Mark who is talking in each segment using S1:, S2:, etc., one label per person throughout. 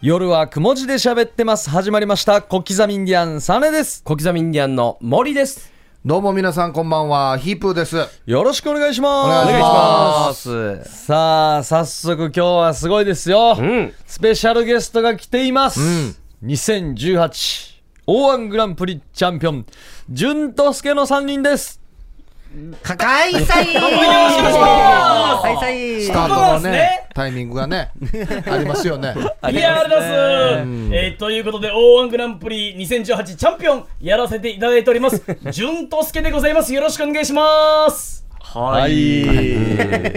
S1: 夜はくも字で喋ってます。始まりました。小刻みインディアン、サネです。
S2: 小刻みインディアンの森です。。
S3: どうも皆さんこんばんは、ヒープーです。
S1: よろしくお願いします。
S3: お願いします
S2: う
S1: す。さあ、早速今日はすごいですよ。
S2: ん。
S1: スペシャルゲストが来ています。2018 O1 グランプリチャンピオン、淳と助の3人です。
S4: かかいさいはいさい
S3: スタート
S5: そう
S3: の
S5: です
S3: ね
S5: ね、
S3: タイミングがね、ありますよね。
S5: いやありがとうございます、えーということで O1 グランプリ2018チャンピオンやらせていただいております 順とすけでございますよろしくお願いします
S2: はいい。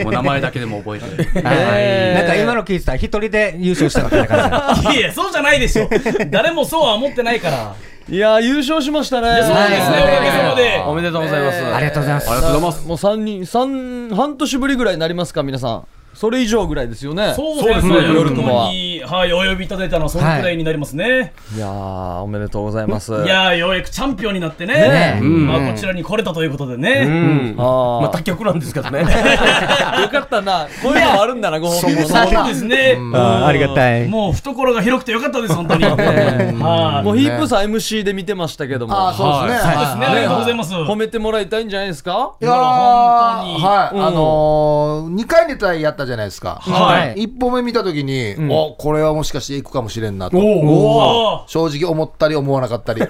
S2: もう名前だけでも覚 えてる。
S1: ねえ
S4: なんか今の聞いてたら一人で優勝したみたいな感じ だ
S5: いやそうじゃないでしょ誰もそうは思ってないから
S1: いやー、優勝しましたね。
S5: いやそうですね
S1: はい
S5: おかげさまで
S2: おめでとうございます。
S4: ありがとうございます
S2: ありがとうございます。
S1: もう3人、三半年ぶりぐらいになりますか、皆さん。それ以上ぐらいですよね。
S5: そうですね
S1: そうですね
S5: 夜雲に、はい、お呼びいただいたのはそのくらいになりますね、
S1: いやー、おめでとうございます。
S5: い、やーようやくチャンピオンになってね
S1: ね
S2: うん
S5: まあ、こちらに来れたということでね、
S2: うん。
S1: あー
S2: まあ、他局なんです けどね。あ
S1: よかったな。こういうのもあるんだな、ご褒美もな。
S5: そうですね、もう
S4: ありがたい
S5: もう懐が広くてよかったです本当に、
S1: ね
S5: はい
S1: もうヒープさん MC で見てましたけども。
S3: ああ、そうですね。
S5: そうですね、
S3: はい
S5: ありがとうございます。
S1: 褒めてもらいたいんじゃないですか
S3: いやー
S5: ほら本当に
S3: はい、
S1: うん
S3: あのー、2回ネタやったじゃないですか。
S4: はい
S3: 一1本目見たときに、おこれはもしかしていくかもしれんなと。
S5: おお
S3: 正直思ったり思わなかったり。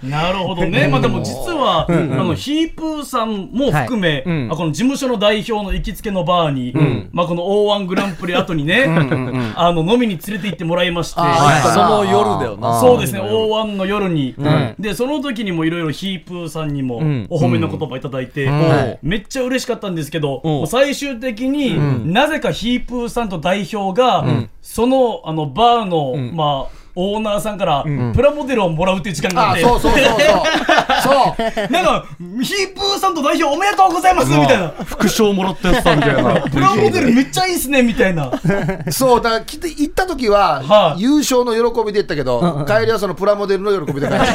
S5: なるほどね、まあ、でも実は、あのヒープーさんも含め、
S1: ん
S5: あこの事務所の代表の行きつけのバーに、まあ、この O1 グランプリ後にね、あの飲みに連れて行ってもらいまして、
S3: はい
S1: その夜だよな。
S5: そうですね、O1 の夜に、でその時にもいろいろヒープーさんにも
S1: ん
S5: お褒めの言葉いただいて、
S1: ん
S5: めっちゃ嬉しかったんですけど、
S1: ん
S5: もう最終的に、なぜかヒープーさんと代表が、そのあのバーの、まあオーナーさんからプラモデルをもらうっていう時間があ
S3: あ
S5: っ
S3: あ、
S5: て、
S3: そうそうそうそう。そう。
S5: なんか、ヒープーさんと代表おめでとうございますみたいな、
S1: 副賞もらったやつだみた いな。
S5: プラモデルめっちゃいいっすねみたいな、
S3: そう、だから来て、行った時は、
S5: はい
S3: 優勝の喜びで行ったけど、帰りはそのプラモデルの喜びで帰ってきて、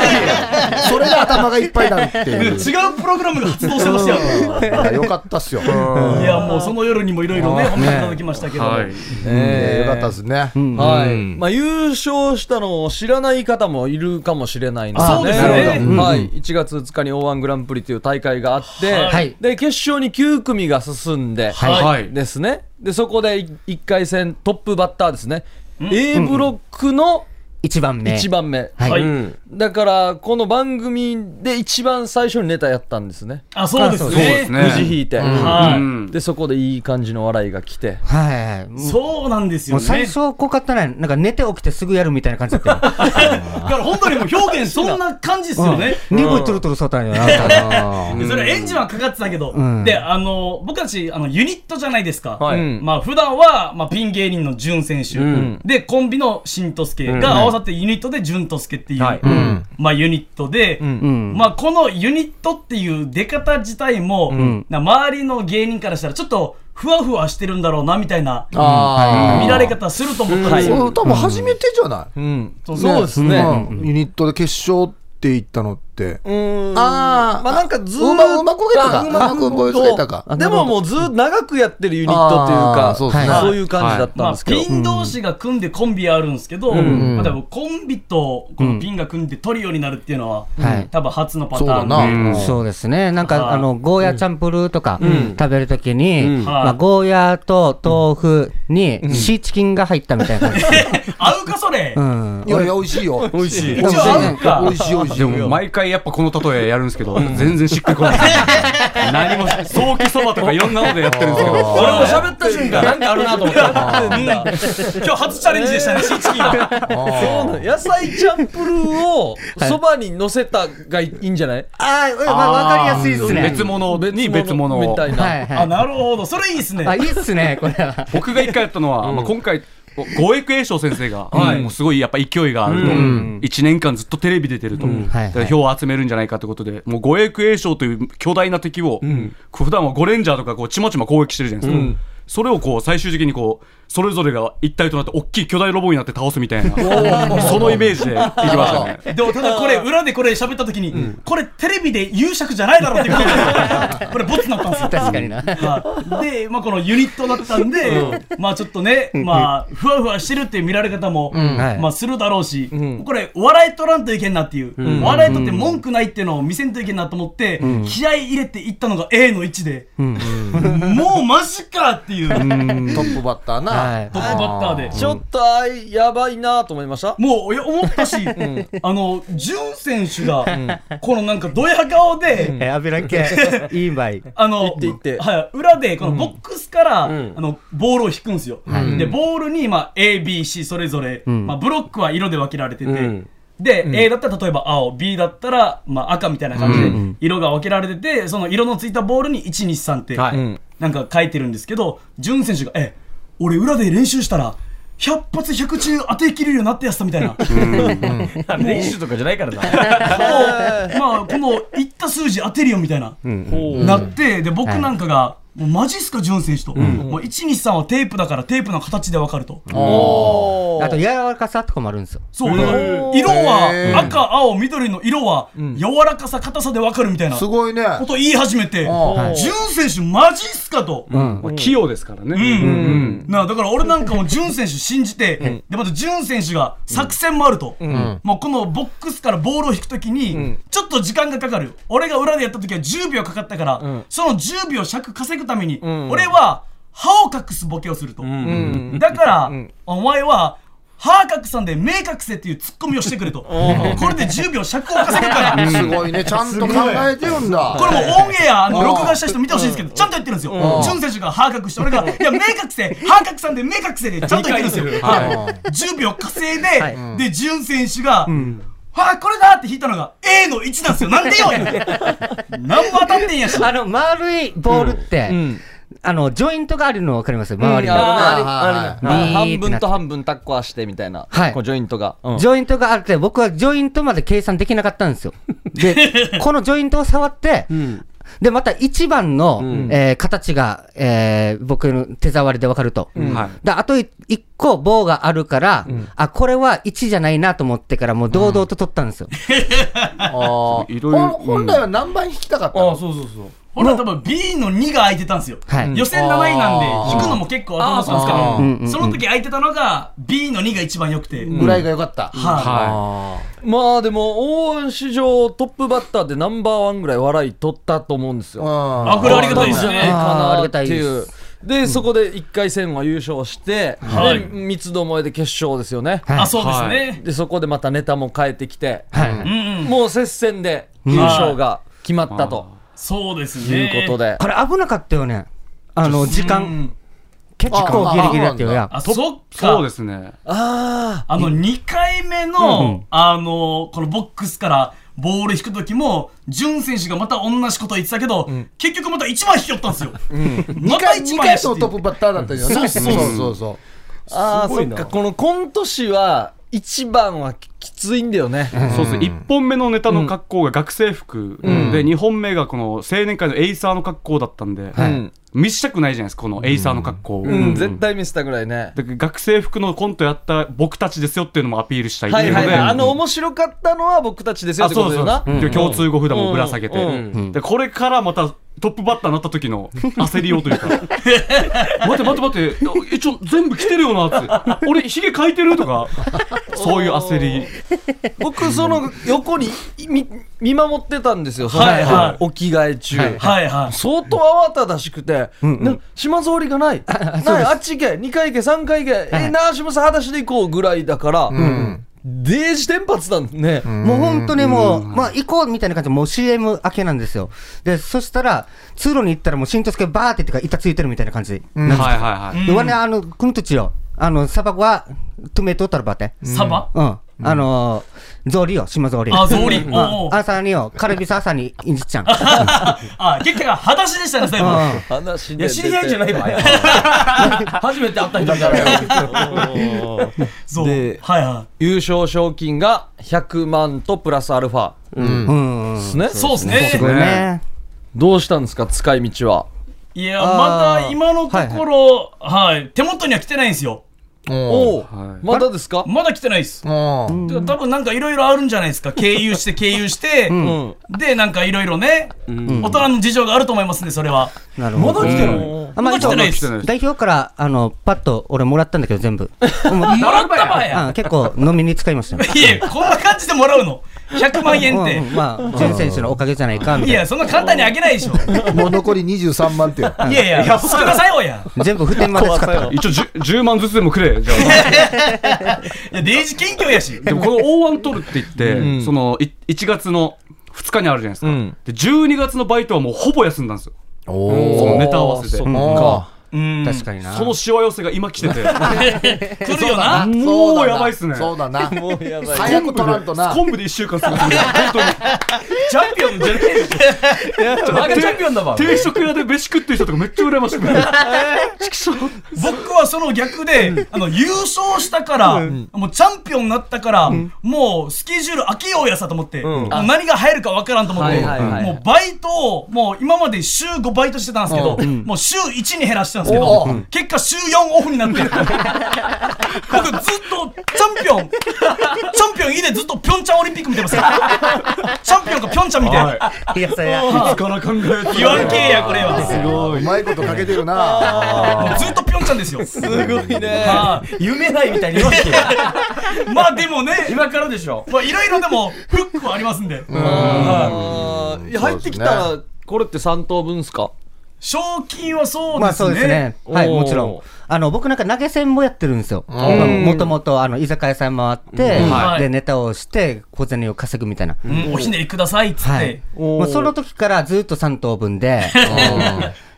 S3: それで頭がいっぱいになるって
S5: 違
S3: いう
S5: う。プログラムが発動してましたよ。
S3: うんよかったっすよ。
S5: いやもうその夜にもいろいろね、褒めていただきましたけども、
S2: はい。
S3: ねよかった
S1: え
S3: ですね。
S1: ーはい。まあ、優勝したのを知らない方もいるかもしれないんで
S5: あそうですねなるほ
S1: ね。はい。1月2日に O1 グランプリという大会があって、
S4: はい
S1: で、決勝に9組が進んで、
S2: はいはい
S1: ですね。で、そこで1回戦トップバッターですね。A ブロックの
S4: 一番目
S1: 1番目。
S4: はい
S5: はい
S2: うん。
S1: だから、この番組で一番最初にネタやったんですね。
S5: あそうです
S4: そう
S5: ね
S2: ですね
S1: くじ引いて。
S5: はい、
S2: うん
S1: で、そこでいい感じの笑いが来て。
S4: はいはいも
S5: そうなんですよ
S4: う
S5: ね。
S4: 最初濃かったねなんか寝て起きてすぐやるみたいな感じだったよ
S5: だから本当にもう表現 そんな感じですよね。
S4: 鈍いトゥルトゥルそうたんよなんか
S5: でそれエンジンはかかってたけど、
S4: ん
S5: であの僕たちあのユニットじゃないですか、
S2: はい
S1: うん
S5: まあ普段はまあピン芸人の潤選手、
S2: ん
S5: でコンビの新とすけが合わさってユニットで潤とすけっていう、
S2: はい
S3: ん
S5: まあユニットで、
S4: ん
S5: まあこのユニットっていう出方自体も、な周りの芸人からしたらちょっとふわふわしてるんだろうなみたいな
S3: あー
S5: 見られ方すると思ったんですよ。
S3: そう多分初めてじゃな
S1: う
S3: い、
S1: ん。そう
S5: う
S1: ですね。
S3: うんユニットで決勝って言ったのって、
S1: うーん。
S3: あー
S1: まあなんかずーっと。
S3: うまうまこげたか
S1: あうまこ
S3: うまこげたか
S1: でももうずーっと長くやってるユニットっていう
S3: あ
S1: か、
S3: ーそうです
S4: ね
S1: そういう感じだった
S5: ま
S1: ん
S5: あ、
S1: ですけど。
S5: ピン同士が組んでコンビあるんですけど、まあ、多分コンビとこのピンが組んでトリオになるっていうのは、
S4: はい
S5: 多分初のパタ
S3: そう
S5: ー
S3: だ
S5: ン
S3: な、
S5: で
S2: うん
S4: そうですね、なんか
S5: はい
S4: あのゴーヤチャンプルーとか食べるときに、
S2: うん
S4: ま
S5: は
S4: あ、
S5: い
S4: ゴーヤと豆腐にシーチキンが入ったみたいな感じ、
S5: 合うかそれ、
S4: うん
S3: い、やいや美味しいよ
S1: 美味しい。
S5: 一応合うか
S3: 美味しい美味しい
S2: でも、毎回やっぱこの例えやるんですけど、全然しっくりこない。 何も、早期そばとかいろんなのでやってるんです けど。
S1: 俺も喋った瞬間なんかあるなと思 った。
S5: うん 今日初チャレンジでしたねシーチキンは
S1: そうなの野菜チャンプルーをそばに乗せたがいいんじゃない
S4: あー、まあ、わかりやすいですね。
S2: 別物に別物
S1: み
S2: を。
S1: たい
S4: は
S1: な。
S4: い
S5: あ
S4: はい。
S5: なるほどそれいいですね
S4: あ、いいっすね、これは。
S2: 僕が一回やったのは、まあ、今回五育栄翔先生が、もうすごいやっぱ勢いがあると、一1年間ずっとテレビ出てると、
S4: はい
S2: だから票を集めるんじゃないかということでもう五育栄翔という巨大な敵を、こう普段はゴレンジャーとかこうちまちま攻撃してるじゃないですか、それをこう最終的にこうそれぞれが一体となって大きい巨大ロボになって倒すみ たいなそのイメージでいきましたね
S5: でもただこれ裏でこれ喋った時に、これテレビで勇爵じゃないだろうっていうこと でこれボツになったんですよ
S4: 確かにな。
S5: はいで、まあ、このユニットだったんで、まあちょっとね、まあ、ふわふわしてるっていう見られ方も、
S1: はい
S5: まあするだろうし、これ、お笑い取らんといけんなっていう、お笑い取って文句ないっていうのを見せんといけんなと思って、気合い入れていったのが A の位置で、もうマジかっていう、トッ
S3: トップバッターな、
S4: はい
S5: プバッターで。
S1: ちょっとあいやばいなと思いました
S5: もういや思ったし、あの、潤選手が、このなんかドヤ顔で、
S4: え、アベランケ、 いいばい。
S5: あの、
S1: 行って行って
S5: はい、裏で、このボックスから、あの、ボールを引くんですよ。で、ボールに、まあ、A、B、C それぞれ、まあ、ブロックは色で分けられてて、
S1: ん
S5: で、A だったら例えば青、B だったら、まあ、赤みたいな感じで、色が分けられてて、その色のついたボールに1、2、3って、
S2: はい
S1: ん
S5: なんか書いてるんですけど、潤選手が、え、俺裏で練習したら、100発100中当てきれるようになったやつだみたいな。
S6: 練習とかじゃないからな。
S5: まあこのいった数字当てるよみたいな、なってで僕なんかが、もうマジっすか、潤選手と、もう123はテープだからテープの形でわかると、
S4: あと、柔らかさとかもあるんですよ。
S5: そうだから色は赤、青、緑の色は柔らかさ、硬さでわかるみたいな
S3: す
S5: こ
S3: ごいね
S5: と言い始めて、
S3: はい
S5: 潤選手、マジっすかと、
S2: まあ器用ですからね、
S5: うんなあだから俺なんかも潤選手信じて、でまた潤選手が作戦もあると、もうこのボックスからボールを引くときに、ちょっと時間がかかる俺が裏でやった時は10秒かかったから、その10秒尺稼ぐために、俺は歯を隠すボケをすると、だから、お前は歯隠さんで目隠せっていうツッコミをしてくれとこれで10秒尺を稼ぐから
S3: すごいねちゃんと考えてるんだ
S5: これもオンエア、あの、
S3: うん
S5: 録画した人見てほしいんですけど、ちゃんとやってるんですよ。チュン選手が歯隠して、俺が、いや、目隠せ、歯隠さんで目隠せで、ちゃんと言ってるんですよ。はい10秒稼いで、で、ジュン選手が、はあ、これだって引いたのが A の1なんですよ。なんでよ言うて何も当たってんやし。
S4: あの、丸いボールって、あの、ジョイントがあるの分かりますよ、周り
S1: うん
S4: の。
S1: あるね
S3: は
S4: はいはい
S1: 半分と半分タッコはしてみたいな、
S4: はい
S1: こうジョイントが、うん
S4: ジョイントがあって、僕はジョイントまで計算できなかったんですよ。で、このジョイントを触って、で、また1番の、えー形が、えー僕の手触りで分かると。
S2: はい
S4: で、あと1個棒があるから、あ、これは1じゃないなと思ってから、もう堂々と取ったんですよ。
S3: あー
S2: いろいろ
S3: ほん本来は何番引きたかったの
S6: そうそうそう。
S5: ほら、多分 B の2が空いてたんですよ。
S4: はい
S5: 予選7位なんで、引くのも結構頭だったんですけど、その時空いてたのが、B の2が一番良くて。
S3: ぐらいが良かった
S5: はい。
S3: あ
S1: まあでも応援史上トップバッターでナンバーワンぐらい笑い取ったと思うんですよ
S3: ーうん
S5: あ、これありがたいです
S1: か
S5: ね。
S1: な
S4: あーあり
S1: っ
S4: がた
S1: て
S4: いで
S1: いう
S4: す
S1: でそこで1回戦は優勝して、
S5: はい
S1: で三つどもえで決勝ですよね、
S4: い
S5: あ、そうですね。
S1: でそこでまたネタも変えてきて、
S4: はい。
S5: うんうん。
S1: もう接戦で優勝が決まったと
S5: そうです
S1: い
S5: ね。
S1: うことで、
S4: これ危なかったよね。あの、時
S5: う
S4: 間、
S5: ん
S4: 結構ギリギリだったよ。
S3: あ
S4: いや
S5: あ、そっか。
S2: そうですね
S1: あ
S5: あの、2回目の、あの、このボックスから、ボール引くときも、潤選手がまた同じこと言ってたけど、結局また1枚引きよったんですよ。ま
S3: 二
S5: た
S3: 回
S5: 1
S3: 二
S5: 枚や
S3: 回
S5: しっ
S3: と
S5: て
S3: トップバッターだったよねそうそうそう
S1: ーあーそっかこのコント師は一番はききついんだよね、
S2: そうです1本目のネタの格好が学生服で2本目がこの青年会のエイサーの格好だったんで
S1: うん
S2: 見したくないじゃないですかこのエイサーの格好を
S1: うん、絶対見せたぐらいね、
S2: で学生服のコントやった僕たちですよっていうのもアピールしたいって
S1: はいいう
S2: の
S1: はい
S2: で、
S1: はい、あの面白かったのは僕たちですよ
S2: あ
S1: ってこ
S2: そ
S1: と
S2: う
S1: だ
S2: そ
S1: よ
S2: う
S1: な
S2: そうで共通語札もぶら下げて、
S1: うん
S4: ん
S2: でこれからまたトップバッターになった時の焦りようというか 待って待って待ってえちょ全部来てるよなって俺ひげかいてるとかそういう焦り
S1: 僕その横に見見守ってたんですよその
S5: はいはい
S1: お着替え中、
S5: はいはい。
S1: 相当慌ただしくて、な島造りがない、ないあっち行け、2回行け、3回行け、えー、なあ、島さん、裸足で行こうぐらいだから、デージテンパってたんですね、
S4: もう本当にもう、まあ行こうみたいな感じで、もう CM 明けなんですよ。で、そしたら、通路に行ったらもう新十助バーってってか板ついてるみたいな感じ。
S2: はいはいはい、
S4: で、わね、あの、くんとちよ。あの、砂漠は、とめとったらばって。
S5: サバ
S4: うん。あのー、ゾウリよ、島ゾウリ。
S5: あゾウリ
S4: うん
S5: おうおう
S4: 朝によ、カルビス朝にいんじちゃん。
S5: あ、結果が裸足でしたね、最後。
S4: う
S1: 話
S6: い
S1: で
S6: や、知り合いじゃないわ。初めて会った人だ から。
S5: そう。はい
S1: で
S5: は
S1: 優勝賞金が100万とプラスアルファで
S4: ん。うん。
S1: すね、
S5: い。そうですね。
S4: すごいね。
S1: どうしたんですか、使い道は。
S5: いや、
S1: あ
S5: ま
S1: ー
S5: だ今のところ、はい、手元には来てないんですよ。
S1: おお
S2: は、い
S1: まだですか
S5: まだ来てないです。
S3: うん
S5: 多分なんかいろいろあるんじゃないですか。 経由して、経由して、
S1: うん。
S5: で、なんかいろいろね、大人の事情があると思いますね、それは。
S4: なるほど。
S2: 来てない
S4: あんまり
S5: まだ来てないで
S2: 来
S5: す。
S2: てないです
S4: 代表から、あの、パッと俺もらったんだけど、 全部。
S5: もらったばや。
S4: あ結構飲みに 使いましたね。
S5: いや、こんな感じでもらうの。100万円
S4: う
S5: っ
S4: んうん
S5: て。
S4: まあ、ジュン選手のおかげじゃないか、み
S5: い
S4: たい
S5: や、そんな簡単にあげないでしょ。
S3: もう残り23万ってよ。
S5: いやいや、少なさよや。
S4: な。全部普天間で使った。
S2: 一応 10, 10万ずつでもくれじゃあ
S5: いや、デイジ謙虚やし。
S2: でもこの大腕取るって言って、
S1: うん
S2: そのい1月の2日にあるじゃないですか、
S1: うん
S2: で12月のバイトはもうほぼ休んだんですよ
S3: お
S2: そのネタ合わせで
S1: そっ
S2: うん
S1: か。
S5: うん。
S4: 確かにな。
S2: そのしわ寄せが今来てて
S5: 来るよな。
S2: もうやばいっすね
S3: そうだな。
S1: もうやばい。
S3: 早く取らんとな。
S2: 昆布で1週間過ごすんで本当に
S5: チャンピオンじゃねえよ。チャンピオンだわ。
S2: 定食屋で飯食ってる人とかめっちゃ羨ましくて
S5: 僕はその逆で、あの、優勝したから、もうチャンピオンになったから、もうスケジュール空けようやさと思って、もう何が入るかわからんと思って、
S1: はいはいはい
S5: もうバイトを、もう今まで週5バイトしてたんですけど、もう週1に減らしてたんですけど、結果週4オフになって、僕ずっとチャンピオン、チャンピオンいいでずっとピョンチャンオリンピック見てますよチャンピオンかピョンチャンみたいな。
S4: いや、それは。
S2: いつから考えて
S5: 言わんけえや、これは。
S2: すご
S3: う
S2: い
S3: まいことかけてるな。
S5: もうずっとピョンチャンですよ。
S1: すごいね。
S6: 夢ないみたいに言わんけ
S5: まあでもね、
S6: 今からでしょ
S5: まあいろいろでもフックはありますんで、はい
S1: あーいや入ってきた
S3: そ
S1: ら、これって3等分ですか
S5: 賞金はそうですね,、
S4: まあそうですね。はい、
S1: おー
S4: もちろん。あの、僕なんか投げ銭もやってるんですよ。
S1: ん
S4: もともと、あの、居酒屋さん回って
S5: うんは、い
S4: で、ネタをして、小銭を稼ぐみたいな。
S5: うんおひねりくださいっつって、
S4: はい。
S1: おー
S4: まあその時からずっと3等分で、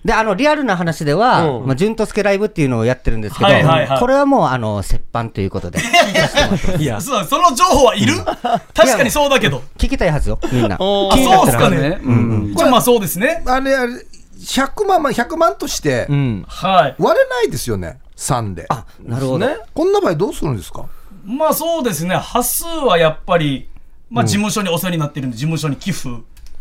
S4: で、あの、リアルな話では、
S1: うん
S4: まあ、順とすけライブっていうのをやってるんですけど
S5: はいはいは、い
S4: これはもう、あの、折半ということで、
S5: いやそうその情報はいる、確かにそうだけど
S4: 聞きたいはずよ、みんな。
S1: おー
S4: 気になってるは
S5: あそうっ
S4: ず
S5: すかね
S2: うんうん
S5: じゃあまあそうですね
S3: あれ、あれ、100万、まあ100万として
S1: う、ん。
S5: はい
S3: 割れないですよね。3で。
S4: あ、なるほど。
S1: ね。
S3: こんな場合どうするんですか
S5: まあそうですね端数はやっぱりまあ事務所にお世話になってるんで事務所に寄付
S3: い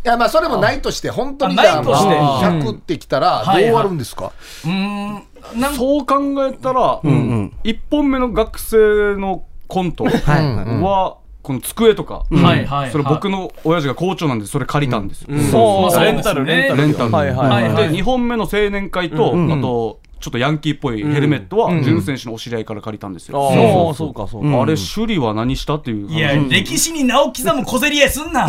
S3: や、まあそれもないとして、本当に
S5: あ
S3: じゃあ
S5: ないとして
S3: まあ100ってきたら、どう
S5: はい
S3: 終わるんですか
S5: うーんなん
S2: そう考えたら、一1本目の学生のコント
S4: はい。
S2: は、この机とか、
S5: はいはいはい
S2: それ僕の親父が校長なんでそれ借りたんですよ、
S1: そう
S5: そう
S1: レンタル、
S5: レンタ
S2: レンタルで、
S1: はいはい
S5: はいはい
S2: で2本目の青年会と、あとちょっとヤンキーっぽいヘルメットは、潤選手のお知り合いから借りたんですよ、
S1: あ
S2: そう
S1: ーそうか、そうか。
S2: あれ趣里は何したっていう話
S5: いや、歴史に名を刻む小競り合いすんな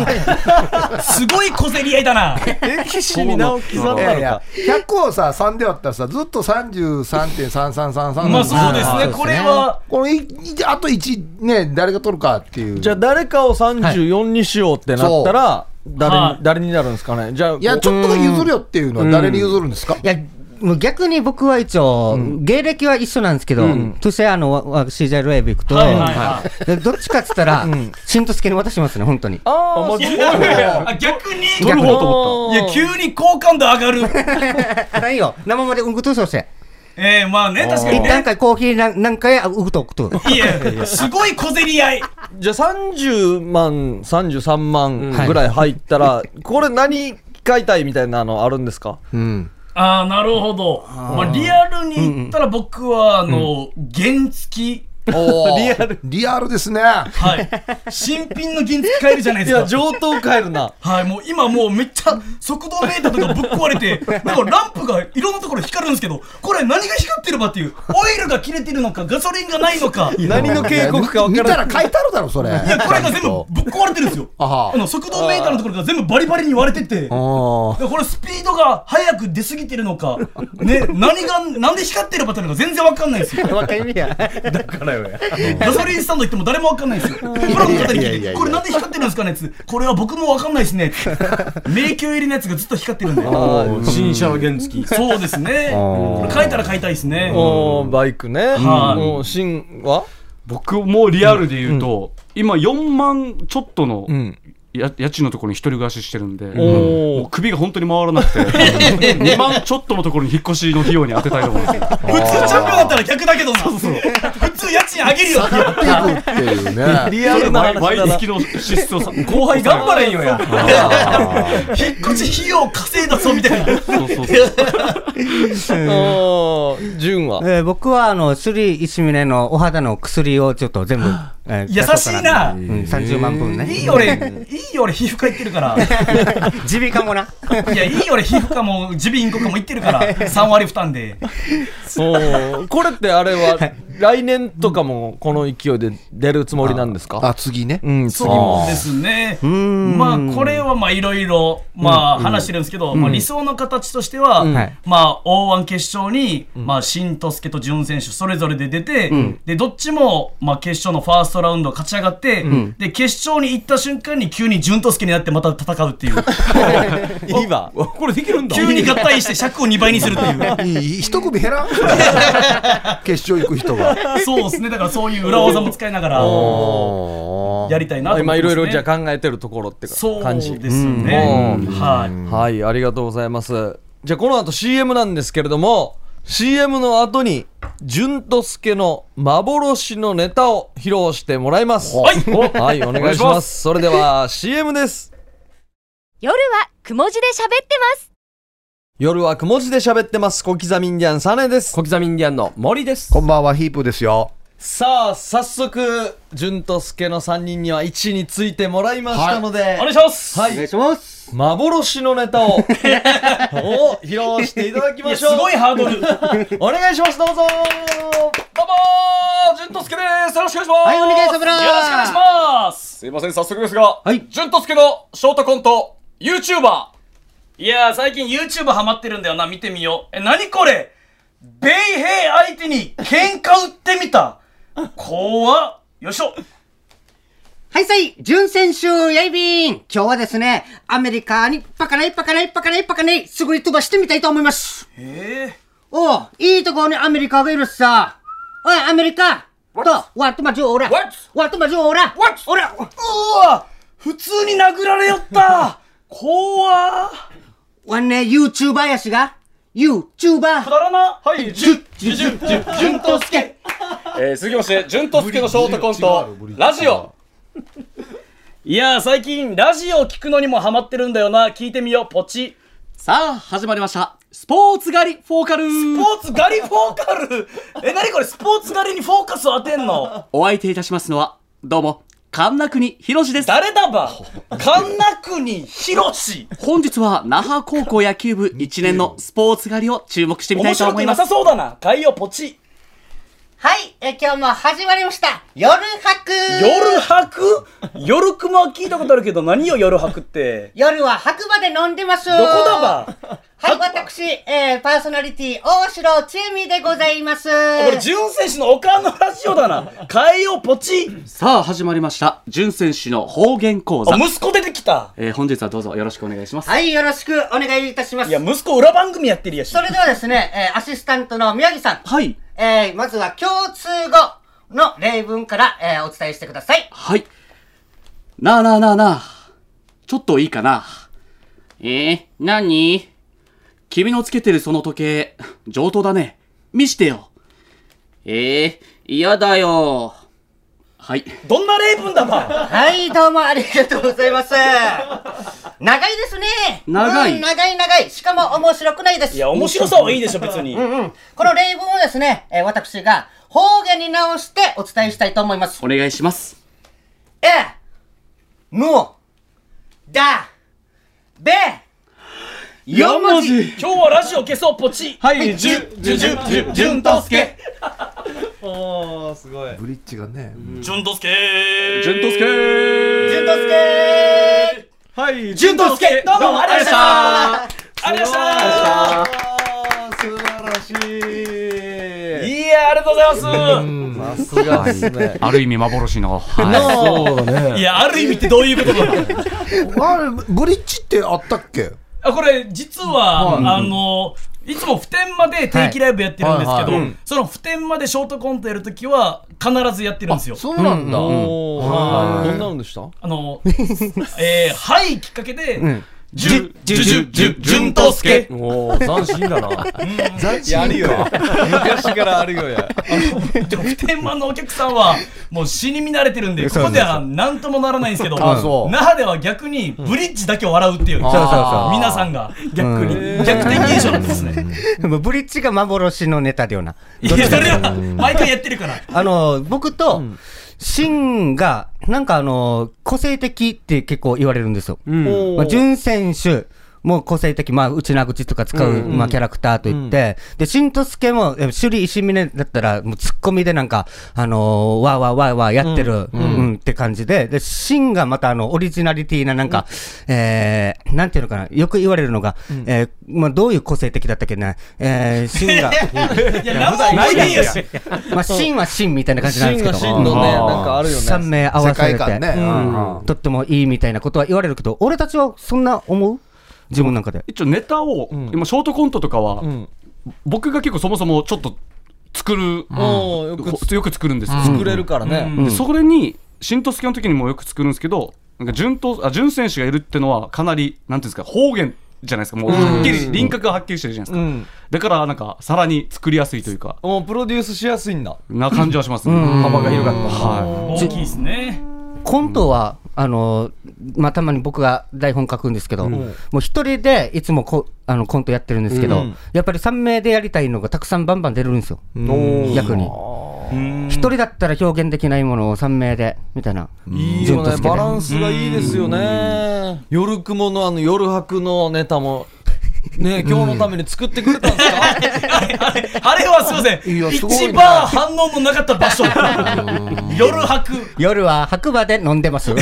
S5: すごい小競り合いだな
S1: 歴史に名を刻んだの
S3: いやいや
S1: か。、
S3: 100をさ、3で割ったらさ、ずっと33.3333。
S5: まあそうです
S4: そう
S5: ね
S4: ですね
S5: これは
S3: このいいあと1ね、誰が取るかっていう。
S1: じゃあ誰かを34にしようってなったら、誰
S5: は
S1: に
S5: い
S1: 誰になるんですかねじゃあ、
S3: いや、ちょっとが譲るよっていうのは誰に譲るんです か
S4: いや、もう逆に僕は一応、芸歴は一緒なんですけど、トゥシェアのわわ CJ ライブ行くと、
S5: はいはいは
S4: でどっちかっつったら、しんとすけに渡しますね、本当に。
S1: ああ、マジで
S5: あ逆に
S2: 取る方と思っ
S5: いや急に好感度上 がる
S4: ないよ、生までうんことそうして。
S5: ええまあね、確かに
S4: 一
S5: ね
S4: 旦。かコーヒーなんなんかへうぐとくと。
S5: いや、すごい小競り合い。
S1: じゃあ30万、33万
S4: はい
S1: ぐらい入ったら、これ何買いたいみたいなのあるんですか
S3: うん。
S5: ああ、なるほど。まあ、リアルに言ったら僕は、あの、原付き。
S3: おー
S1: リアル。
S3: リアルですね。
S5: はい。新品の原付き買えるじゃない
S1: い
S5: で
S1: や、
S5: すか。
S1: 上等買えるな。
S5: はい、もう今もうめっちゃ速度メーターとかぶっ壊れ て、なんかランプがいろんなところ光るんですけど、これ何が光ってるかっていう、オイルが切れてるのか、ガソリンがないのか、い
S1: 何の警告か分
S3: 見
S1: か
S3: た
S1: ら
S3: ら書いてあるだろ、それ。い
S5: や、これが全部ぶっ壊れてるんですよ。
S3: あは
S5: あの、速度メーターのところが全部バリバリに割れてて。
S1: あ
S5: だからこれスピードが速く出過ぎてるのか、ね、何が、なんで光ってるかっていうのが全然わかんないんですよ。
S4: わかりみや。
S5: ガソリンスタンド行っても誰もわかんないんですよ。プロの方に
S3: いやいや
S5: 聞
S3: い
S5: い
S3: やい
S5: て、
S3: や
S5: これなんで光ってるんですかねっつってこれは僕もわかんないですねっつって迷宮入りのやつがずっと光ってるんで。
S6: 新車の原付
S5: そうですね。これ書いたら買いたいですね。
S1: おーバイクね。
S5: はい
S1: もう、芯は
S2: 僕もリアルで言うと、今4万ちょっとの、
S1: ん
S2: や家賃のところに一人暮らししてるんで、
S1: おー
S2: もう首が本当に回らなくて、2万 ちょっとのところに引っ越しの費用に当てたいと思います。
S5: 普通チャンピオンだったら逆だけどな。普通家賃チン上げるよって
S3: やっていくっていう ね。
S1: リアルな話
S2: 毎
S1: だな
S2: 月の支出をさ
S6: 後輩頑張れんよや。
S5: 引っ越し費用稼いだぞみたいな。
S2: そうそうそう
S1: あー潤は
S4: えー僕はあの、スリ石峰のお肌の薬をちょっと全部、えー
S5: 優しいな
S4: 出そうかなうん、30万分ね。
S5: いい俺、いい俺皮膚科行ってるから。
S4: 耳鼻科もな。
S5: いや、いい俺皮膚科も耳鼻咽喉科も行ってるから、3割負担で。
S1: おーこれってあれは来年とかもこの勢いで出るつもりなんですか
S3: あ、次ね。
S1: うん次も
S5: そうですね。まあ、これはまあ、いろいろ、まあ、話してるんですけど、まあ、理想の形としては、
S4: はい
S5: まあ、O1 決勝に、まあ、新と助と潤選手、それぞれで出て、で、どっちも、まあ、決勝のファーストラウンド勝ち上がって、で、決勝に行った瞬間に急に潤と助になってまた戦うっていう。
S1: いいわこれできるんだ
S5: 急に合体して尺を2倍にするっていう。
S3: いい一組減らん決勝行く人 が。
S5: そうですね。だから、そういう裏技も使いながら、やりたいなと思ってま
S1: 今
S5: すね
S1: いろいろじゃあ考えてるところって
S5: そう
S1: 感じ
S5: ですね。はい。
S1: はいありがとうございますじゃあこの後 CM なんですけれども CM の後に潤と助の幻のネタを披露してもらいますはい、はい、お願いしますそれでは CM です
S7: 夜はくも字で喋ってます。
S1: 夜はくも字で喋ってます小刻みインディアンサネです
S6: 小刻みインディアンの森です。
S3: こんばんは、ヒープですよ。
S1: さあ早速潤と助の3人には1位についてもらいましたので、
S5: お願いします。
S1: はい
S4: お願いします。
S1: 幻のネタ をを披露していただき
S5: い
S1: ま
S5: や
S1: し
S5: す
S1: ょう
S5: ごいハードル。
S1: お願いしますどうぞ
S5: どうもー、じゅんとすけです。よろしくお願いします。
S4: はいお願いします
S5: よろしくお願いします。すいません、早速ですが、
S4: はい
S5: じゅんとすけのショートコント、YouTuber。いやー、最近 YouTuber ハマってるんだよな、見てみよう。え、なにこれ米兵相手に喧嘩売ってみた。怖っ。よいしょ。
S4: はい、さい、準選手、やいびん今日はですね、アメリカにパカないパカないパカないパカない、すぐに飛ばしてみたいと思います。
S5: え
S4: おう、いいところにアメリカがいるっさ。おい、アメリカと、ワットマジョーラ。
S5: What？
S4: ワットマジョーラ。
S5: ー、わっ俺、うわ普通に殴られよった。怖っ。
S4: わんね、YouTuber やしが、YouTuber。
S5: くだらな。はい、じゅん、じゅん、じゅん、じゅん、じゅんとすけ。
S8: えー続きまして、淳と助のショートコント、ラジオ。
S5: いやー最近ラジオ聞くのにもハマってるんだよな聞いてみようポチ
S6: さあ、始まりました。スポーツ狩りフォーカル
S5: スポーツ狩りフォーカルえ何これスポーツ狩りにフォーカスを当てんの
S6: お相手いたしますのは、どうも、神楽国博士です。
S5: 誰だば神奈国広し
S6: 本日は、那覇高校野球部1年のスポーツ狩りを注目してみた
S5: 面
S6: いと
S5: 白
S6: 思
S5: く
S6: い
S5: な
S6: ます
S5: さ。そうだな海洋ポチ
S9: はい、えー今日も始まりました。夜泊
S5: 夜白夜熊は聞いたことあるけど何よ夜白って
S9: 夜は白馬で飲んでます。ど
S5: どこだば
S9: はい、私、えーパーソナリティ、大城千恵美でございます。
S5: これ純選手のおかんのラジオだな海洋ポチ
S6: さあ、始まりました。淳選手の方言講座
S5: あ。息子出てきた
S6: えー本日はどうぞよろしくお願いします。
S9: はい、よろしくお願いいたします。
S5: いや息子裏番組やってるやし
S9: それではですね、えーアシスタントの宮城さん。
S6: はい。
S9: えーまずは共通語の例文から、えーお伝えしてください。
S6: はい。なあなあなあなあ。ちょっといいかな。えー、なに君のつけてるその時計、上等だね。見してよ。えー、嫌だよ。はい。
S5: どんな例文だ ば
S9: はい、どうもありがとうございます。長いですね。
S6: 長い
S9: うん長い長い。しかも面白くないです。
S5: いや面白さはいいでしょ別に
S9: この例文をですね、えー私が方言に直してお伝えしたいと思います。
S6: お願いします。
S9: え、ぬ、だ、べ、
S6: 4文字
S5: 今日はラジオ消そうポチ
S6: はい、じゅ、じゅ、じゅ、じゅ、じゅんとすけ。
S3: ブリッジがね。
S5: 潤とすけ
S6: じゅんとすけ
S9: とすけ
S1: はい
S5: 潤とすけどうもありがとうございましたありがとうございま
S1: 素晴
S5: した
S1: らしい
S5: いやありがとうござい
S1: さすがですね
S2: ある意味幻の。
S1: そうだ
S5: ます
S1: ね
S5: いやある意味ってどういうことだ
S3: あれ、ブリッジってあったっけ
S5: あこれ実はあのいつも普天間で定期ライブやってるんですけ
S3: はいはい
S5: どその普天間でショートコントやるときは必ずやってるんですよ
S3: そうなんだ。
S1: おーはいどんなのでした
S5: あのえーはいきっかけで
S2: じゅ、じゅ、じゅ、じゅ、じゅんとすけ。
S1: おお、斬新だな。斬新あるよ。昔からあるよや。
S5: 普天間のお客さんはもう死に見慣れてるんでここでは何ともならないんですけど
S3: あそう
S5: 那覇では逆にブリッジだけを笑うっていう
S1: そうそうそう
S5: 皆さんが逆に逆転現象なんですね
S4: もうブリッジが幻のネタだよな。
S5: いやそれは毎回やってるから
S4: あの、僕と、シンが、なんかあの、個性的って結構言われるんですよ。まあ、ジュン選手も個性的、まあ、内名口とか使う、まあ、キャラクターといって、で、しんとすけも、え首里石峰だったら、もうツッコミでなんか、あのーわーわーわーわーやってる、うん、うんって感じで、で、しんがまたあの、オリジナリティななんか、えー、なんていうのかな、よく言われるのが、えー、まあ、どういう個性的だったっけね、えー、しん が、
S5: いや何も覚えていいやし
S4: まあ、しんはしんみたいな感じなん
S1: 真
S4: ですけ
S1: が
S4: ど。
S1: 真のね、なんかあるよ
S4: 3
S1: ね。
S4: 名合わされ
S3: 世界観
S4: て、
S3: ねうん
S4: とってもいいみたいなことは言われるけど、俺たちはそんな思う自分なんかで。
S2: 一応ネタを、今ショートコントとかは、
S1: ん
S2: 僕が結構そもそもちょっと作る、
S1: おお、よく
S2: こよく作るんですよ、
S1: 作れるからね。
S2: でそれに新都助の時にもよく作るんですけどなんか順当あ順選手がいるってのはかなりなんていうんですか方言じゃないですかもうはっきり輪郭がはっきりしてるじゃないですか、
S1: うん。
S2: だからなんかさらに作りやすいというか
S1: もうプロデュースしやすいんだ。
S2: な感じはしますね、幅が広がった、は
S5: 大きいですね
S4: コントは、あのまあ、たまに僕が台本書くんですけど、もう一人でいつもこあのコントやってるんですけ
S1: う
S4: ど、
S1: ん
S4: やっぱり3名でやりたいのがたくさんバンバン出るんですよ、逆に。一人だったら表現できないものを3名でみたいな、
S1: いい
S4: 順
S1: よ
S4: と
S1: ね
S4: つけ。て
S1: バランスがいいですよね。夜雲のあの夜白のネタも。ね、今日のために作ってくれたんですか。
S5: あれはすいませ
S3: いや
S5: ん
S3: すごいな
S5: 一番反応のなかった場所夜泊
S4: 夜は白馬で飲んでます、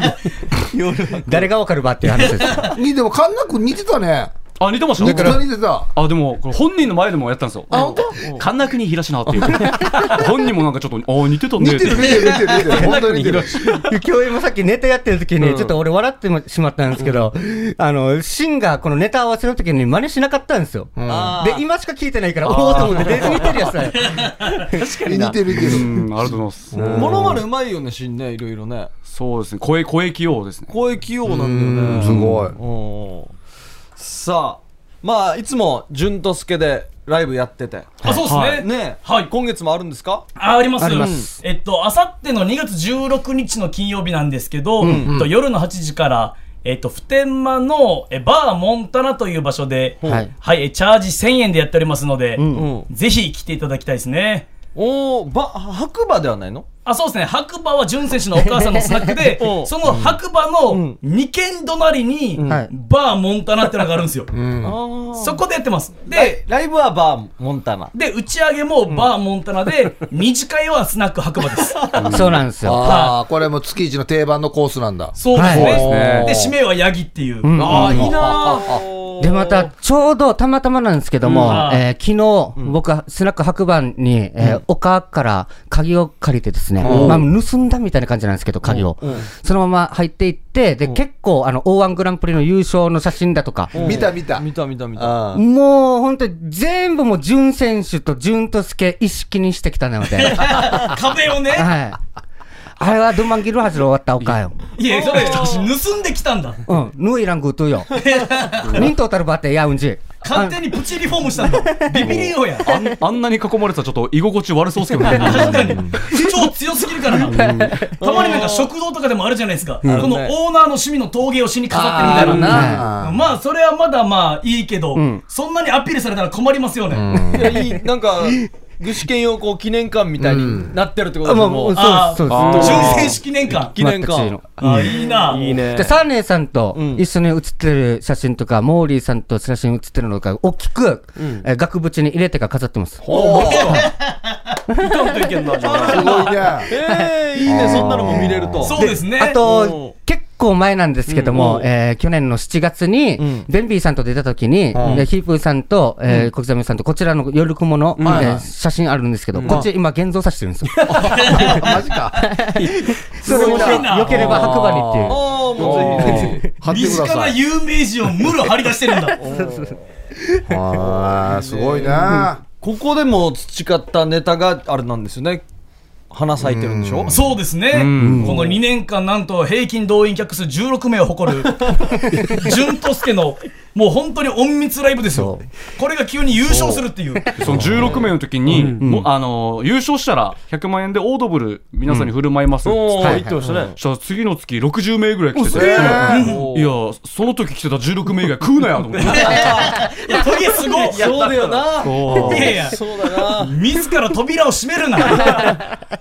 S4: 誰がわかるばっていう話です。
S3: にでも神田君似てたね
S2: い、あ似てました
S3: めっちゃ似てた
S2: あでもこれ本人の前でもやったんですよあ本当神田国東なっていう本人もなんかちょっとあ似てたね
S3: 似てる似てる似てる似てる本当に似てる
S4: 共演もさっきネタやってる時に、ちょっと俺笑ってしまったんですけど、あの、シンがこのネタ合わせの時に真似しなかったんですよ。
S1: あー
S4: で、今しか聞いてないから、おおと思って、デー見てるやつだよ。
S3: 似てる似て
S2: う
S3: る
S2: んありがとうございます、
S1: モノマネうまいよね、しんね、いろいろね。
S2: そうですね声声器用ですね
S1: 声器用なんだよね。
S3: すごい
S1: おーさあまあいつも純と助でライブやってて
S5: あそう
S2: は
S5: ですね
S1: ねえ、
S5: はい
S1: 今月もあるんですか
S5: ああります
S4: ありま
S5: えっと、あさっての2月16日の金曜日なんですけど、えっと、夜の8時から、えっと、普天間のえバーモンタナという場所で、は
S4: はいい、
S5: えチャージ1000円でやっておりますので、
S1: うん
S5: ぜひ来ていただきたいですね。
S1: おおば白馬ではないの
S5: あ、そうですね。白馬は純選手のお母さんのスナックで
S1: お、う
S5: その白馬の2軒隣に、
S4: はい
S5: バーモンタナってのがあるんですよ。
S1: あ
S5: そこでやってます。で、
S1: ライブはバーモンタナ
S5: で、打ち上げもバーモンタナで、二次会はスナック白馬です。
S4: そうなんですよ。
S3: ああこれも月一の定番のコースなんだ
S5: そうですね。
S4: はい
S5: で、締めはヤギっていう。
S4: ん
S5: ああ、いいな
S3: あ
S5: ー
S3: あ
S4: で、また、ちょうどたまたまなんですけど
S5: うん
S4: も、
S5: はい
S4: えー昨日、僕はスナック白馬に、えー丘から鍵を借りてですね、まあ、盗んだみたいな感じなんですけど、鍵を。そのまま入っていって、で、結構、あの、O1 グランプリの優勝の写真だとか、
S3: 見た見た
S1: 見た見た見た
S3: あ
S4: もう本当に全部もう純選手と純と助意識にしてきたので、 はい。
S5: 壁を ね。
S4: あれはドマンギルハズで終わったおかよ。
S5: いや、それ、私、盗んできたんだ。
S4: うん、ぬいらんぐうとよ。 ミントたるばってやうんじ。
S5: 完全にプチリフォームしたんだ。ビビりようや。
S2: あんあ んなに囲まれたらちょっと居心地悪そうですけどね
S5: 確 かに。超強すぎるからな。たまになんか食堂とかでもあるじゃないですか。このオーナーの趣味の陶芸をしに飾ってるみたい
S3: る
S5: な。
S3: な
S5: まあ、それはまだまあいいけど、そんなにアピールされたら困りますよね。
S1: いやいいなんか具志堅用高記念館みたいになってるってことです
S4: もう、
S1: も
S4: そううで
S5: あー
S4: す、そう
S2: あ
S4: で
S5: 純
S2: ー
S4: す。
S5: 正式年間。
S1: 記念
S4: 全く違う
S1: 館
S4: の
S5: あーいいな。いいね。
S4: で、サーネーさんと一緒に写ってる写真とか、モーリーさんと写真写ってるのが大きく、えー額縁に入れてから飾ってます。
S3: すごいね
S1: ええいいねそんなのも見れると
S5: そうですね。
S4: あと
S1: う、
S4: 結構前なんですけども、えー去年の7月に、
S1: ん
S4: ベンビーさんと出た時に、でヒープーさんと、えー、小刻みさんと、こちらの夜雲の、えー写真あるんですけど、こっち今現像させてる んですよ。
S3: マジか
S4: それも
S5: すごいな
S4: よければ白馬にっていう。
S1: ああもうぜひぜひ
S3: 貼って
S5: 身
S3: くだ
S5: 近
S3: さ
S5: ない有名人をムロ張り出してるんだ。
S3: ああすごいな
S1: ここでも培ったネタがあれなんですよね花咲いてるんでしょ
S5: そうですね、この2年間、なんと平均動員客数16名を誇る、潤とすけの、もう本当に隠密ライブですよ、これが急に優勝するっていう、
S2: その16名の時に、もうあの優勝したら100万円でオードブル皆さんに振る舞いますっつって、
S1: おー、言ってましたね。
S2: したら次の月60名ぐらい来てて、いやその時来てた16名以外食うなやと思って
S5: い や、トゲすごい、
S1: そうだよな。
S2: お
S5: い
S2: ー
S5: やいや、
S1: そうだな。
S5: 自ら扉を閉めるな、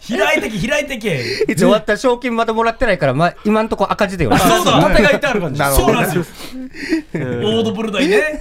S5: 開いてけ、開いてけ、
S4: 一応終わった賞金まだもらってないから、まあ、今んとこ赤 字だよね。
S5: そうだ、また書いてある感じ、
S3: なるほ
S5: そ
S3: ど
S5: うなんですよ、オードブル大ね、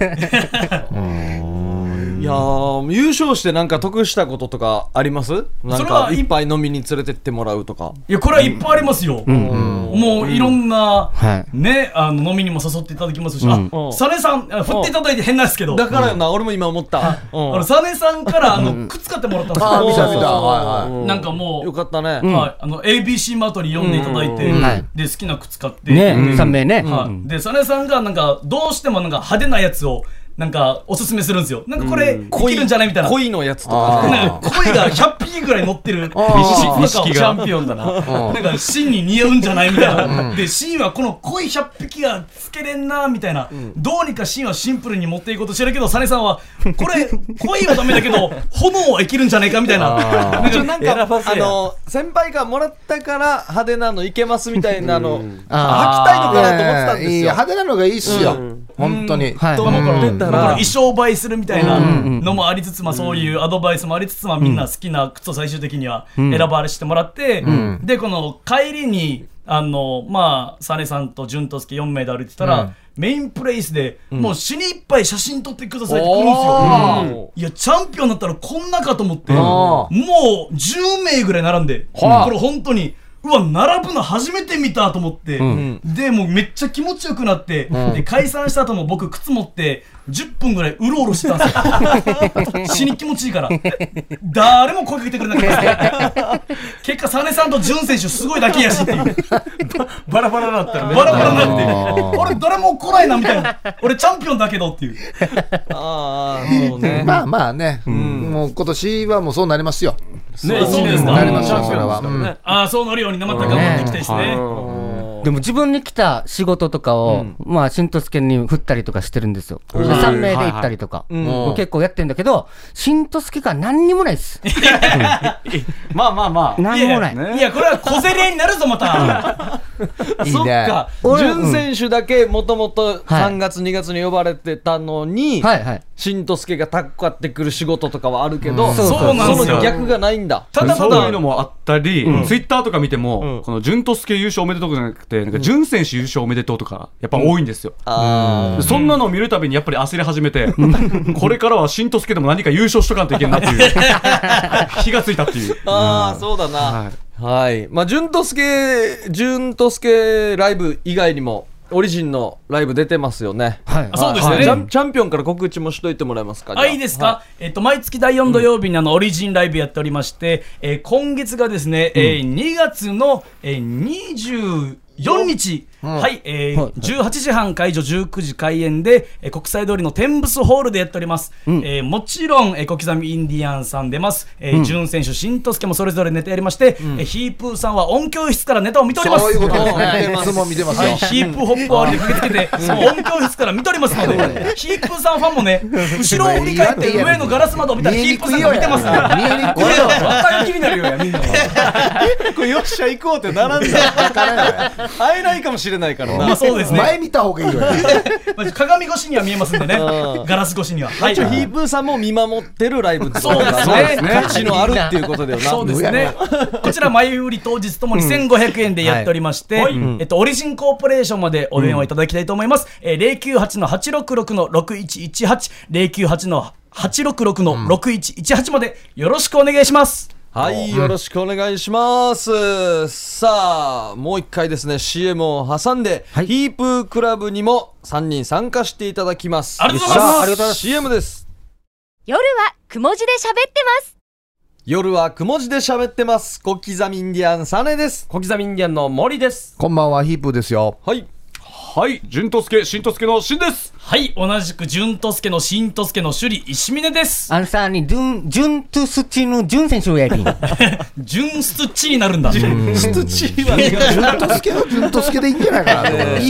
S1: いやー優勝してなんか得したこととかありますなん
S5: それは
S1: か一杯飲みに連れてってもらうとか。
S5: いや、これはいっぱいありますよ、もういろんな、
S4: はい。
S5: ね、あの飲みにも誘っていただきますし、あサネさん、あ振っていただいて変なんですけど、
S1: だからよな、俺も今思った。うん
S5: あのサネさんからあの靴買ってもらったんです
S3: あー、
S5: よ
S3: 見た見た。
S1: おー
S3: はいはい。
S5: なんかもう
S1: よかったね。
S5: はい、あの ABC マートに読んでいただいて、
S4: はい
S5: で好きな靴買って、
S4: ね、3名ね。
S5: はいでサネさんがなんかどうしてもなんか派手なやつをなんかおすすめするんですよなんかこれいけるんじゃないみたいな
S1: 恋のやつとか。
S5: なんか恋が100匹ぐらい乗ってる錦がチャンピオンだななんか芯に似合うんじゃないみたいなで芯はこの恋100匹がつけれんなみたいなどうにか芯はシンプルに持っていこうとしてるけどサネさんはこれ恋はダメだけど炎はいけるんじゃないかみたいななんかなんか
S1: あの先輩がもらったから派手なのいけますみたいなの履きたいのかなと思ってたんです
S3: いや
S1: よ。
S3: 派手なのがいいっすよ。本当に。
S4: はい
S5: と思うからだから衣装映えするみたいな
S4: うん
S5: のもありつつ、まあ、そういうアドバイスもありつつ、まあ、みんな好きな靴を最終的には選ばれしてもらって、でこの帰りにあのまあサネさんと潤とすけ4名で歩いてたら、メインプレイスで、もう死にいっぱい写真撮ってくださいって来るんですよ、いやチャンピオンだったらこんなかと思って、もう10名ぐらい並んで、これ本当に。うわ並ぶの初めて見たと思って、でもうめっちゃ気持ちよくなって、で解散した後も僕靴持って10分ぐらいうろうろしてたんですよ死に気持ちいいから誰も声かけてくれなかったです結果サネさんと潤選手すごいだけやしっていう
S2: バラバラだったらね
S5: バラバラになって俺誰も来ないなみたいな俺チャンピオンだけどっていう
S1: ああー、そうね。
S3: まあまあね。もう今年はもうそうなりますよ。
S2: ね
S5: そうそうですか
S3: なります
S2: チャ
S3: よ、
S2: ン
S3: それ
S2: ピオンで
S3: は。
S2: すか
S3: う
S2: ら
S3: ん
S2: ね
S5: ああそうなるようになまた頑張っていきたいですね
S4: でも自分に来た仕事とかを、まあ、しんとすけに振ったりとかしてるんですよ。3名で行ったりとか。うん結構やってんだけど、しんとすけが何にもないです。
S2: まあまあまあ
S4: 何もない。
S5: いやこれは小競り合いになるぞまた
S3: いい
S1: そっ
S3: ね
S1: か、
S4: 俺
S1: 潤選手だけもともと3月、2月に呼ばれてたのに、
S4: はいはい。
S1: しんとすけがタッグ買ってくる仕事とかはあるけど、
S4: そう
S5: そうなんですよ
S1: の逆がないんだ。
S5: ただた
S2: そういう
S5: だ
S2: のもあったり、ツイッターとか見ても、この潤と助優勝おめでとうじゃなくて、なんか潤選手優勝おめでとうとか、やっぱ多いんですよ。
S1: あ
S2: そんなのを見るたびにやっぱり焦り始めて、これからは新とすけでも何か優勝しとかんといけんなっていう、 火がついたっていう。
S1: ーあー、そうだな。はい。まあ、潤とすけ、潤とすけライブ以外にも、オリジンのライブ出てますよね。
S4: はい
S5: あ。そうです
S1: は
S5: よ
S1: いチ
S5: ね
S1: ャンチャンピオンから告知もしといてもらえますか。じゃ
S5: あ、いいですか、えっと、毎月第4土曜日にあの、オリジンライブやっておりまして、えー今月がですね、えー2月の、えー24日、はい、えー18時半会場、19時開演で、えー国際通りのテンブスホールでやっております。えーもちろん、えー小刻みインディアンさん出ます。えー、潤、選手、新とすけもそれぞれネタやりまして、えーヒープーさんは音響室からネタを見ております。
S3: そういうことです
S1: はい
S3: ね。いつも見てます
S5: は
S3: よ
S5: い、。ヒップホップをあれで駆けつけて、音響室から見ておりますので、ヒップさんファンもね、 後ろを振り返って上のガラス窓を見たら、ヒップさんが見てますから。
S3: 見えにくい
S5: これ
S3: よ。
S5: が気になるよやみん な
S1: 結構よっしゃ行こうって並んだ。会えないかもしれないから
S5: まあ
S1: な。
S5: そうですね
S3: 前見た方がいいよ。
S5: まあ鏡越しには見えますんでねガラス越しにははい
S1: 一応ヒープーさんも見守ってるライブってことだ
S5: そうですね
S1: 価値のあるっていうことだよな。
S5: そうですね。こちら前売り当日ともに1500円でやっておりまして、えっとオリジンコーポレーションまでお電話いただきたいと思います。えー098の866の6118、098の866の6118までよろしくお願いします。
S1: はい、よろしくお願いします。さあ、もう一回ですね、CM を挟んで、
S4: はい
S1: ヒープークラブにも3人参加していただきます。
S5: ありがとうございます
S1: よっしゃありがとうございます CM です。
S7: 夜はくも字で喋ってます。
S1: 夜はくも字で喋ってます。小刻みインディアンサネです。
S10: 小刻みインディアンの森です。
S3: こんばんは、ヒープーですよ。
S1: はい。
S2: はい潤とすけしんとすけのしんです
S5: はい、同じく、淳とすけのしんとすけの首里石峰です。
S4: あのさ、に、ジュン、ジュントゥスチヌ、ジュン選手をやり。
S5: 純すっちになるんだ。
S3: 純とすけの純とすけでいいんじゃないかなと思いま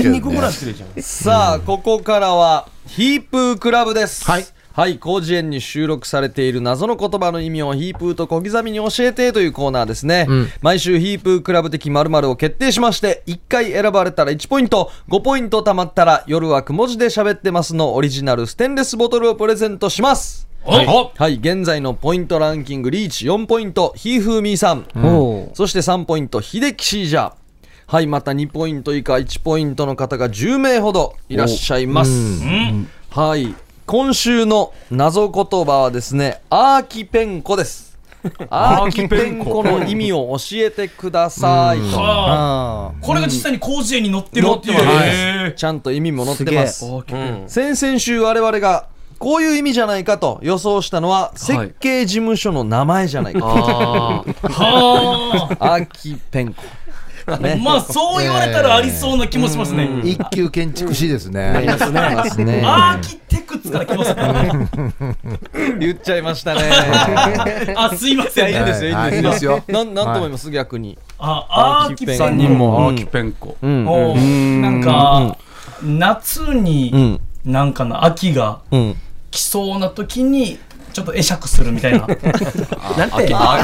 S3: すけど、ね。
S1: さあここからはヒープークラブですはいはい広辞苑に収録されている謎の言葉の意味をヒープーと小刻みに教えてというコーナーですね、毎週ヒープークラブ的〇〇を決定しまして1回選ばれたら1ポイント5ポイント貯まったら夜はくも字で喋ってますのオリジナルステンレスボトルをプレゼントします
S2: はい
S1: はい現在のポイントランキングリーチ4ポイントひーふーみーさん、
S4: おう
S1: そして3ポイント、秀樹シージャー。はい、また2ポイント以下、1ポイントの方が10名ほどいらっしゃいます。はい、今週の謎言葉はですね、アーキペンコです。アーキペンコの意味を教えてくださいと。
S5: あーこれが実際に広辞苑に載ってるっていう。
S2: え
S1: ちゃんと意味も載ってます。先々週我々がこういう意味じゃないかと予想したのは設計事務所の名前じゃないか。
S5: は
S1: アーキペンコ。
S5: あ。
S1: ね。
S5: まあ、そう言われたらありそうな気もしますね。
S3: 一級建築士ですね。
S1: ますね
S5: アーキテクツから来ますね。
S1: 言っちゃいましたね。
S5: あ、すいませ
S1: いいん
S5: ん。
S1: ですよ、
S3: はい
S1: いいんですよ。
S3: はいいいです
S1: なん、なんと思います、逆に。
S5: あ、アーキペンコ。
S1: 三
S2: ー、
S1: 人
S2: にも
S1: う
S2: ア
S1: ん
S2: ーキペンコ
S1: うん
S5: おーなんか、夏に、なんかな、秋が
S1: うん。
S5: 来そうな時に、ちょっと会釈するみたいな。
S2: あ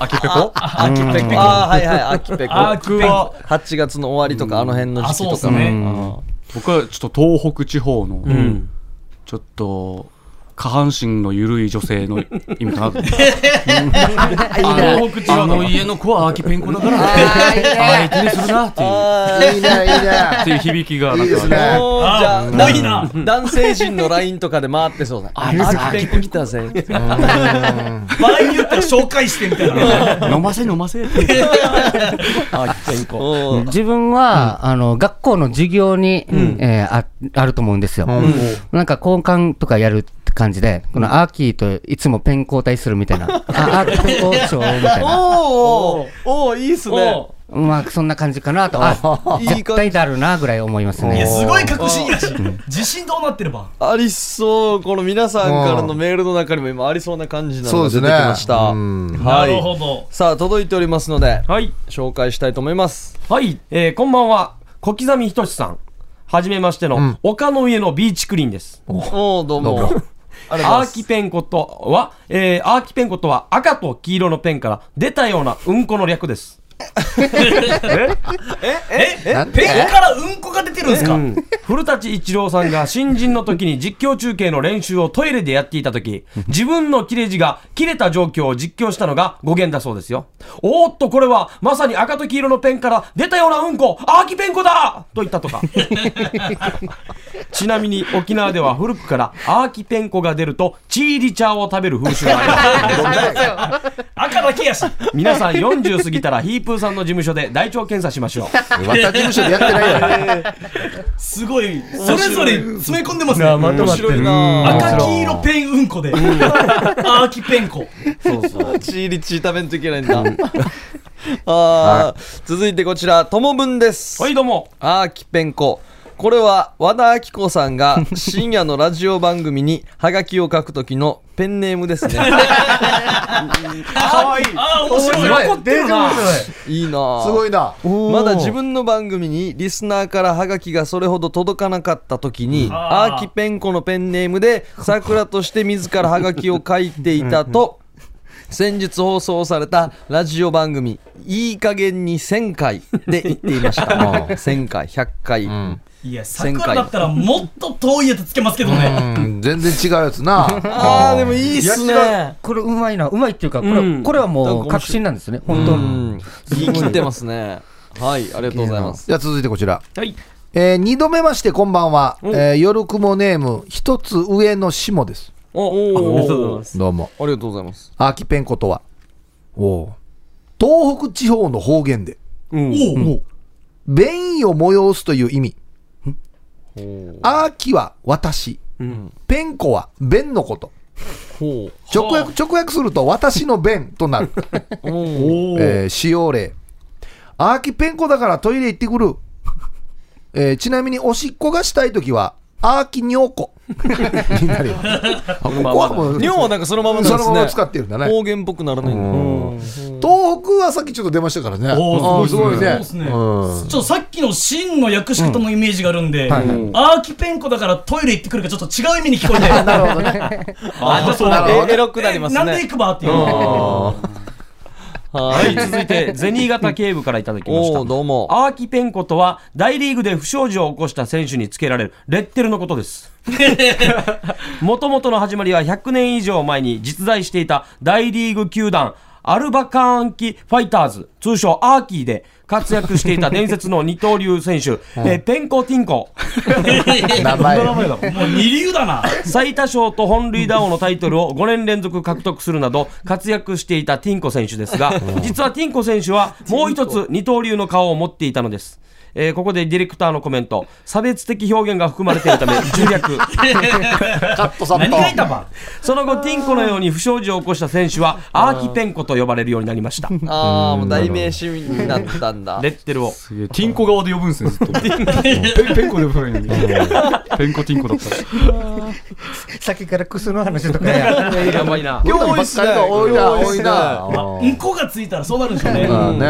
S2: アキペコ
S5: アーキペンコ。
S1: ああ、はいはい、秋ペコ。
S5: アーキペンコ。
S1: 八月の終わりとか、あの辺の
S5: あ、
S1: 時期
S5: そう
S1: と
S5: っす
S1: か。
S5: ね。
S2: 僕はちょっと東北地方のちょっと下半身の緩い女性の意味かなと
S5: 東北地
S2: あ
S5: 方
S2: の
S5: の。
S2: 家の子はアーキペンコだから相手にするなっていう
S1: あ
S3: いいね、いいね
S2: っ。ていう響きが
S3: い
S2: ないん
S3: です
S2: か
S3: ね。
S1: もうじゃあ、
S5: あ多いな
S1: 男性陣のラインとかで回ってそうだ。あ、秋ペンコ来たぜ。
S5: 場合によっては紹介してみたいな。
S2: 飲ませ飲ませって
S1: うん
S4: 自分は、あの、学校の授業に、えーあ、あると思うんですよ。なんか交換とかやるって感じで、このアーキーといつもペン交代するみたいな。あアーキーペン交渉みたいな。
S1: おーおー、いいっすね。
S4: まあ、そんな感じかなと。あ、
S1: いい感じ
S4: 絶対だるな、ぐらい思います
S5: いや、
S4: ね。
S5: すごい確信やし。自信どうなってれば。
S1: ありそう、この皆さんからのメールの中にも今ありそうな感じなの
S3: そう
S1: が出
S3: で
S1: て
S3: す
S1: き
S3: ね。
S1: ました。
S3: うん
S5: な
S1: は
S5: るほ
S1: い。
S5: ど。
S1: さあ、届いておりますので、
S10: はい。
S1: 紹介したいと思います。
S10: はい、えーこんばんは。小刻みひとしさん。はじめましての、丘の上のビーチクリーンです。
S1: おおどうも。ありがとうござい
S10: ア
S1: ま
S10: ーキ
S1: す。
S10: ペンコとは、えーアーキペンコとは赤と黄色のペンから出たようなうんこの略です。
S5: え、ペンからうんこが出てるんですか
S10: 古舘一郎さんが新人の時に実況中継の練習をトイレでやっていた時、自分の切れ字が切れた状況を実況したのが語源だそうですよ。おーっと、これはまさに赤と黄色のペンから出たようなうんこ、アーキペンコだと言ったとか。ちなみに沖縄では古くからアーキペンコが出るとチーリチャーを食べる風習があります。
S5: 赤だけやし。
S10: 皆さん40過ぎたらヒープーさんの事務所で大腸検査しましょう。
S3: また事務所でやってないよ。
S5: すごい。それぞれ詰め込んでますね。
S1: 面白いな
S5: 赤黄色ペンうんこで。アーキペンコ。
S1: チーリチー食べんといけないんだ。あー続いてこちら、ともぶんです。
S10: はい、どうも。
S1: あーきぺんこ。これは和田アキ子さんが深夜のラジオ番組にハガキを書く時のペンネームです ね。
S10: 可愛い
S5: ああ、面白い。
S10: 残ってるな。
S1: いいなぁ
S3: すごいな。
S1: まだ自分の番組にリスナーからハガキがそれほど届かなかった時に
S5: あー
S1: アーキペンコのペンネームで桜として自らハガキを書いていた と先日放送されたラジオ番組「いい加減に1000回」で言っていました1000回100回、
S5: いや、
S1: 旋回
S5: 桜だったらもっと遠いやつつけますけどね。
S3: うん全然違うやつな。
S1: あーでもいいっすね
S4: これうまいな、うまいっていうか、こ
S10: う
S4: れ、
S10: ん
S4: これはもう確信なんですね、本当
S1: う
S4: に。
S1: ん言い切ってますねはいありがとうございます
S3: じゃあ続いてこちら。
S10: はい。
S3: えー二度目ましてこんばんは。えー夜雲ネーム、一つ上の下です。
S1: おおー
S3: どうも。
S1: ありがとうございます
S3: アーキペンことは。おう東北地方の方言で、
S5: おお。
S3: 便意を催すという意味。アーキは私。ペンコは弁のこと。
S1: ほう
S3: 直訳直訳すると、私の弁と なる。えー使用例。アーキペンコだからトイレ行ってくる。えーちなみにおしっこがしたいときは、アーキ尿 庫になるよ。あここはもう、
S1: 尿はなんかそのままなんです
S3: そ
S1: ね
S3: のまま使ってるんだね。
S1: 方言っぽくならないんだ
S3: 東北はさっきちょっと出ましたからね。
S5: おー
S3: あーすごい
S5: そう
S3: ね
S5: で。す
S3: う
S5: ね
S3: ん
S5: ちょっとさっきの真の訳し方のイメージがあるんで、
S3: はい
S5: アーキペンコだからトイレ行ってくるかちょっと違う意味に聞こえて
S3: なるほどね。
S1: あちょっと
S3: なるほど
S1: えエロくなります
S5: なんで行
S1: ね
S5: くばっていう
S10: はい、続いて、銭形警部からいただきました
S1: お。ーどうも
S10: アーキペンコとは、大リーグで不祥事を起こした選手につけられる、レッテルのことです。もともとの始まりは100年以上前に実在していた大リーグ球団、アルバカーンキファイターズ、通称アーキーで活躍していた伝説の二刀流選手、えーペンコ・ティンコ。
S3: 名前。は
S5: もう二流だな
S10: 最多勝と本塁打王のタイトルを5年連続獲得するなど活躍していたティンコ選手です が、実はティンコ選手はもう一つ二刀流の顔を持っていたのです。えーここでディレクターのコメント、差別的表現が含まれている ため、重略。
S5: 何書いたば
S10: その後、ティンコのように不祥事を起こした選手は、アーキペンコと呼ばれるようになりました。
S1: ああもう代名詞になったん だ
S10: レッテルを。
S2: すげえ、ティンコ側で呼ぶんですね、ずっと。ペンペンコで呼ぶのに。ペンコティンコだったら。
S4: さっきからクスの話とかや。
S10: やばいな。
S3: 今日ばっかりが多いな、多いな。
S5: うんこがついたらそうなるんでしょうね、
S3: うんね。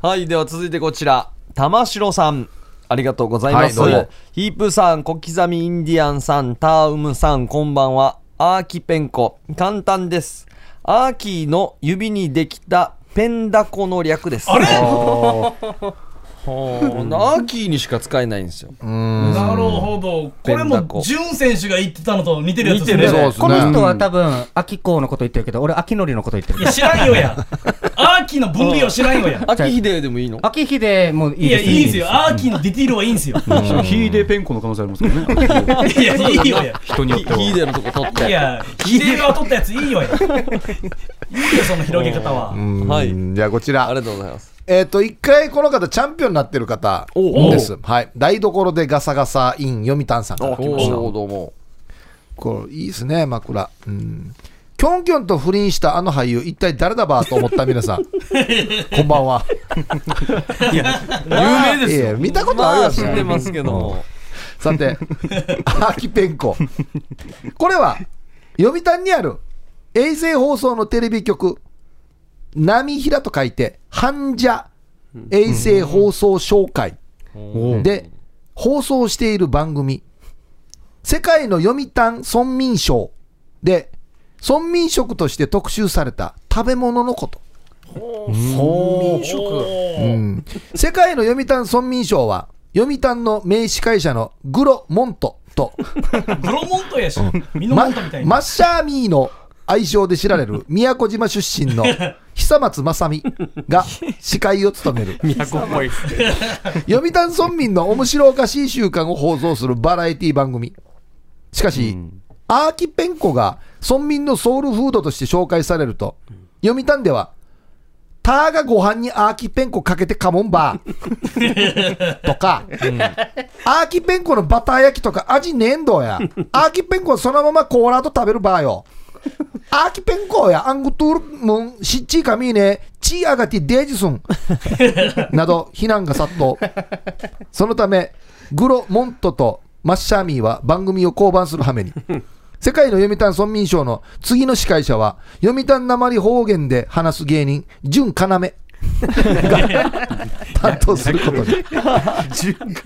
S1: はい、では続いてこちら、玉城さん。ありがとうございます。
S3: はいどうも
S1: ヒープさん、小刻みインディアンさん、ターウムさん、こんばんは。アーキペンコ、簡単です。アーキーの指にできたペンダコの略です。あれアーキーにしか使えないんですよ。
S5: なるほどこれ
S1: ペンダコ
S5: もジュン選手が言ってたのと似てるやつですね
S3: そうです
S4: この人
S3: ね。
S4: は多分、秋子のこと言ってるけど、俺、秋のりのこと言ってる
S5: い。や知らんよやアーキの分類を知らんよや
S1: アキヒデでもいいの
S4: 秋秀もいい
S5: い
S4: で
S5: や
S4: す
S5: いいんすよアーキのディティールはいいんすよ
S2: ヒーデーペンコの可能性ありますけどね。
S5: いやいいよや
S2: 人によって
S1: ヒー
S2: は。
S1: デのとこ取っ
S5: い
S1: て。
S5: や、ヒデが取ったやついいよや。いいよ、その広げ方は。
S1: はい
S3: うんじゃあこち
S1: あり。
S3: ら
S1: がとうございます。
S3: えっと、一回この方チャンピオンになってる方です。はい。台所でガサガサイン読谷さんから来ました。
S1: おおどうも。
S3: これいいですね枕うんキョンキョンと不倫したあの俳優一体誰だばと思った皆 さんこんばんは
S10: 有名
S3: い
S10: ですよ。
S3: や見たことある
S1: ま
S3: や
S1: あ、
S3: つ
S1: 知
S3: ね
S1: ってますけども。
S3: さてアキペンコこれは読谷にある衛星放送のテレビ局「波平」と書いて「半者衛星放送紹介」で放送している番組「世界の読谷村民賞」で村民食として特集された食べ物のこと。うん世界の読谷村民賞は読谷の名司会者のグロ・モントと
S5: グロモントやし、ミノモ
S3: ま
S5: ントみたい
S3: マ
S5: な。
S3: ッシャーミーの愛称で知られ る宮古島出身の久松正美が司会を務 める
S10: 都っぽい。
S3: 読谷村民の面白おかしい習慣を放送するバラエティ番組しかし、アーキペンコが村民のソウルフードとして紹介されると、読谷ではターがご飯にアーキペンコかけてカモンバー とか、アーキペンコのバター焼きとか味ねえんどや。アーキペンコはそのままコーラと食べるバーよ。アーキペンコやアングトゥールムンシッチーカミーネチーアガティデージスンなど非難が殺到。そのため、グロ・モントとマッシャーミーは番組を降板する羽目に。世界の読谷村民賞の次の司会者は、読谷なまり方言で話す芸人、純要が担当することに。 純要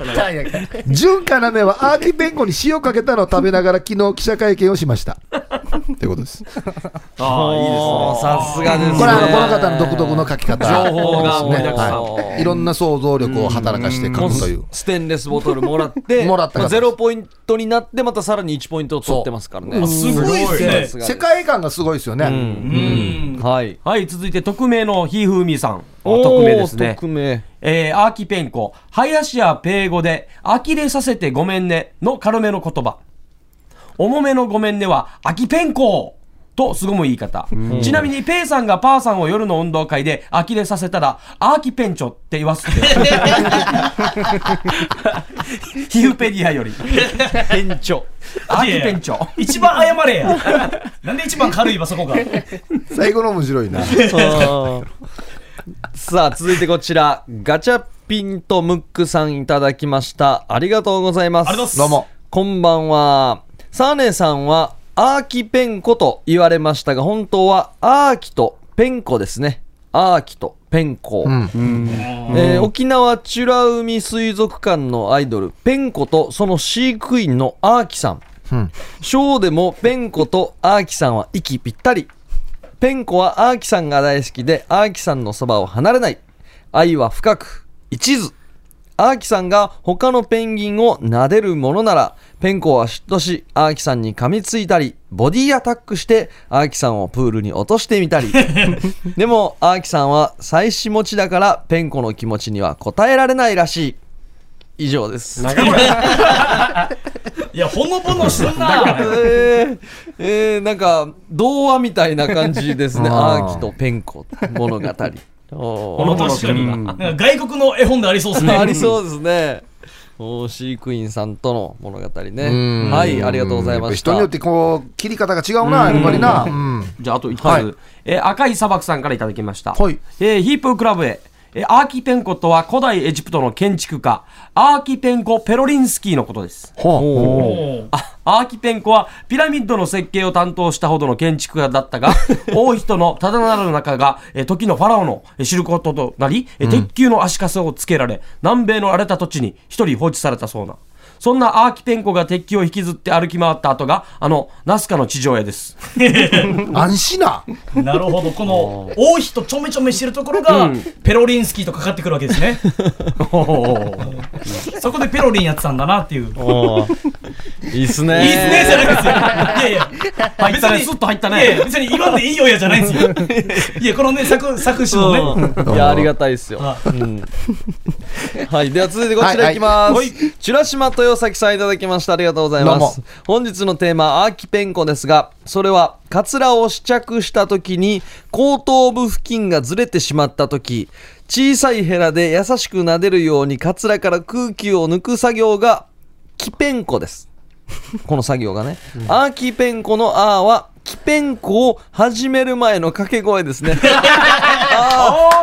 S3: はアーキペンコに塩かけたのを食べながら昨日記者会見をしました。ってことです。こ
S10: ああ、いいですね。
S1: おーさすがですね。
S3: れはあのこの方の独特の書き方。
S10: 情報が盛りだくさん
S3: はい。いろんな想像力を働かして書
S1: もう
S3: くという。
S1: ステンレスボトルもらって
S3: もらったから
S1: まあゼロポイントになってまたさらに1ポイントを取ってますからね
S5: すごいっすね。
S1: 世
S3: 世界観がすごいですよね。
S5: うん。
S1: はい
S10: はい、続いて、匿名のひーふーみーさん。あ匿名です
S1: おー
S10: ね。
S1: 匿名
S10: えー、アーキペンコ、林やペイ語で、呆れさせてごめんねの軽めの言葉。重めのごめんねは、アキペンコとすごむ言い方。ちなみに、ペイさんがパーさんを夜の運動会で呆れさせたら、アーキペンチョって言わせ て。ヒューペディアより。ペンチョ。アキペンチョ。
S5: 一番謝れや。なんで一番軽いわ、そこが。
S3: 最後の面白いな。
S1: さあ続いてこちらガチャピンとムックさんいただきました。ありがとうございます。
S5: ありがとうございます
S3: どうも。
S1: こんばんは。サーネさんは、アーキペンコと言われましたが、本当は、アーキとペンコですね。アーキとペンコ。
S3: ん
S1: えー沖縄美ら海水族館のアイドル、ペンコとその飼育員のアーキさん。ショーでもペンコとアーキさんは息ぴったり。ペンコはアーキさんが大好きで、アーキさんのそばを離れない。愛は深く、一途。アーキさんが他のペンギンを撫でるものなら、ペンコは嫉妬し、アーキさんに噛みついたり、ボディアタックして、アーキさんをプールに落としてみたり。でも、アーキさんは妻子持ちだから、ペンコの気持ちには応えられないらしい。以上です。
S5: いや、ほのぼのしてん
S1: え
S5: な。
S1: ーえーなんか童話みたいな感じですねアーキとペンコ物語おー
S5: まあ確かに。
S2: うん
S5: なんか外国の絵本でありそうですね。
S1: ありそうですねおー飼育員さんとの物語ねはいありがとうございました
S3: 人によってこう切り方が違うなやっぱりなうん
S10: じゃあ、あと一つ、
S3: はい
S10: えー赤い砂漠さんからいただきました。
S3: はい
S10: えーヒープークラブへ。えーアーキペンコとは古代エジプトの建築家、アーキペンコ・ペロリンスキーのことです。あアーキペンコはピラミッドの設計を担当したほどの建築家だっ たが、王妃とのただならぬ仲が、えー時のファラオのえー知ることとなり、えー鉄球の足かせをつけられ、南米の荒れた土地に一人放置されたそうな。そんなアーキペンコが鉄球を引きずって歩き回った後が、あの、ナスカの地上絵です。
S3: 安心な
S5: なるほど、この王妃とちょめちょめしてるところが、ペロリンスキーとかかってくるわけですね。そこでペロリンやってたんだなっていう。いいっすね
S1: おーいいっすね
S5: じゃないですよ。いやいや、入
S10: ったねスッと入ったね
S5: 別に言わんでいいよやじゃないんですよ。いや、このね、作作詞のね。
S1: うんいやありがたいですよ、
S5: あ
S1: うんはいでは続いてこちらいきます、チュラシマ豊崎さんいただきましたありがとうございま
S3: どう
S1: す本日のテーマアーキペンコですがそれはカツラを試着した時に後頭部付近がずれてしまった時小さいヘラで優しく撫でるようにカツラから空気を抜く作業がキペンコですこの作業がね、アーキペンコの「アーはキペンコを始める前の掛け声です ねあ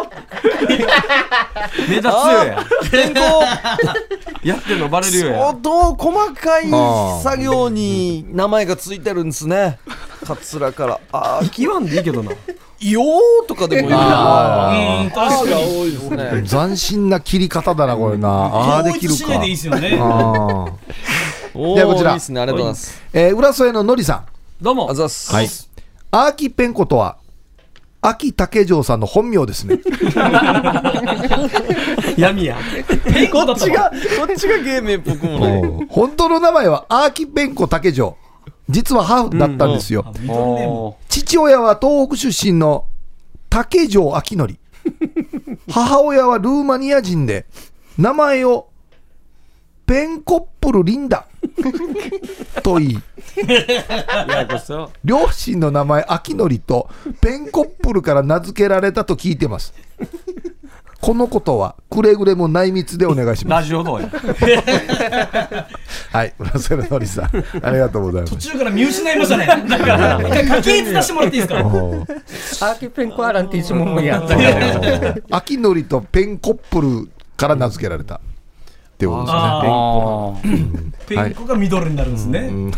S10: 目立つよや。
S1: ーペンコ
S10: やってんのバレるよや
S1: 相。当細かい作業に名前がついてるんです ねカツラから「あー
S10: 言わんでいいけどな。
S1: きよー」とかでもいい
S5: う
S1: な
S5: ーん、確かに。
S1: 多いですね
S3: 斬新な切り方だなこれなああできる
S5: 統一し
S3: か
S5: ないでいいですよね。
S3: あー
S1: お
S3: ではこち
S1: ー
S3: ら
S1: いいっすねありがとうございます
S3: えー浦添ののりさん
S10: どうも
S1: あ。ざっす、
S3: はいアーキペンコとは秋竹城さんの本名ですね
S10: 闇や。
S5: ペンコだった
S1: 違う
S5: もん
S1: こっちが芸名っぽくもない
S3: 本当の名前はアーキペンコ竹城実はハーフだったんですよ、
S5: あミドルネーム
S3: 父親は東北出身の竹城明則母親はルーマニア人で名前をペンコップルリンダと言い両親の名前明則とペンコップルから名付けられたと聞いてますこのことはくれぐれも内密でお願いしま
S10: ラジオどうや。
S3: すはい浦添のりさんありがとうございます
S5: 途中から見失いましたね。だから、一回書き出してもらっていいですか
S3: おー
S4: アーキペンコアランって一問もや。
S3: 秋のりとペンコップルから名付けられたってことですね。
S5: あ
S2: あー
S5: ーペンコがミドルになるんですね。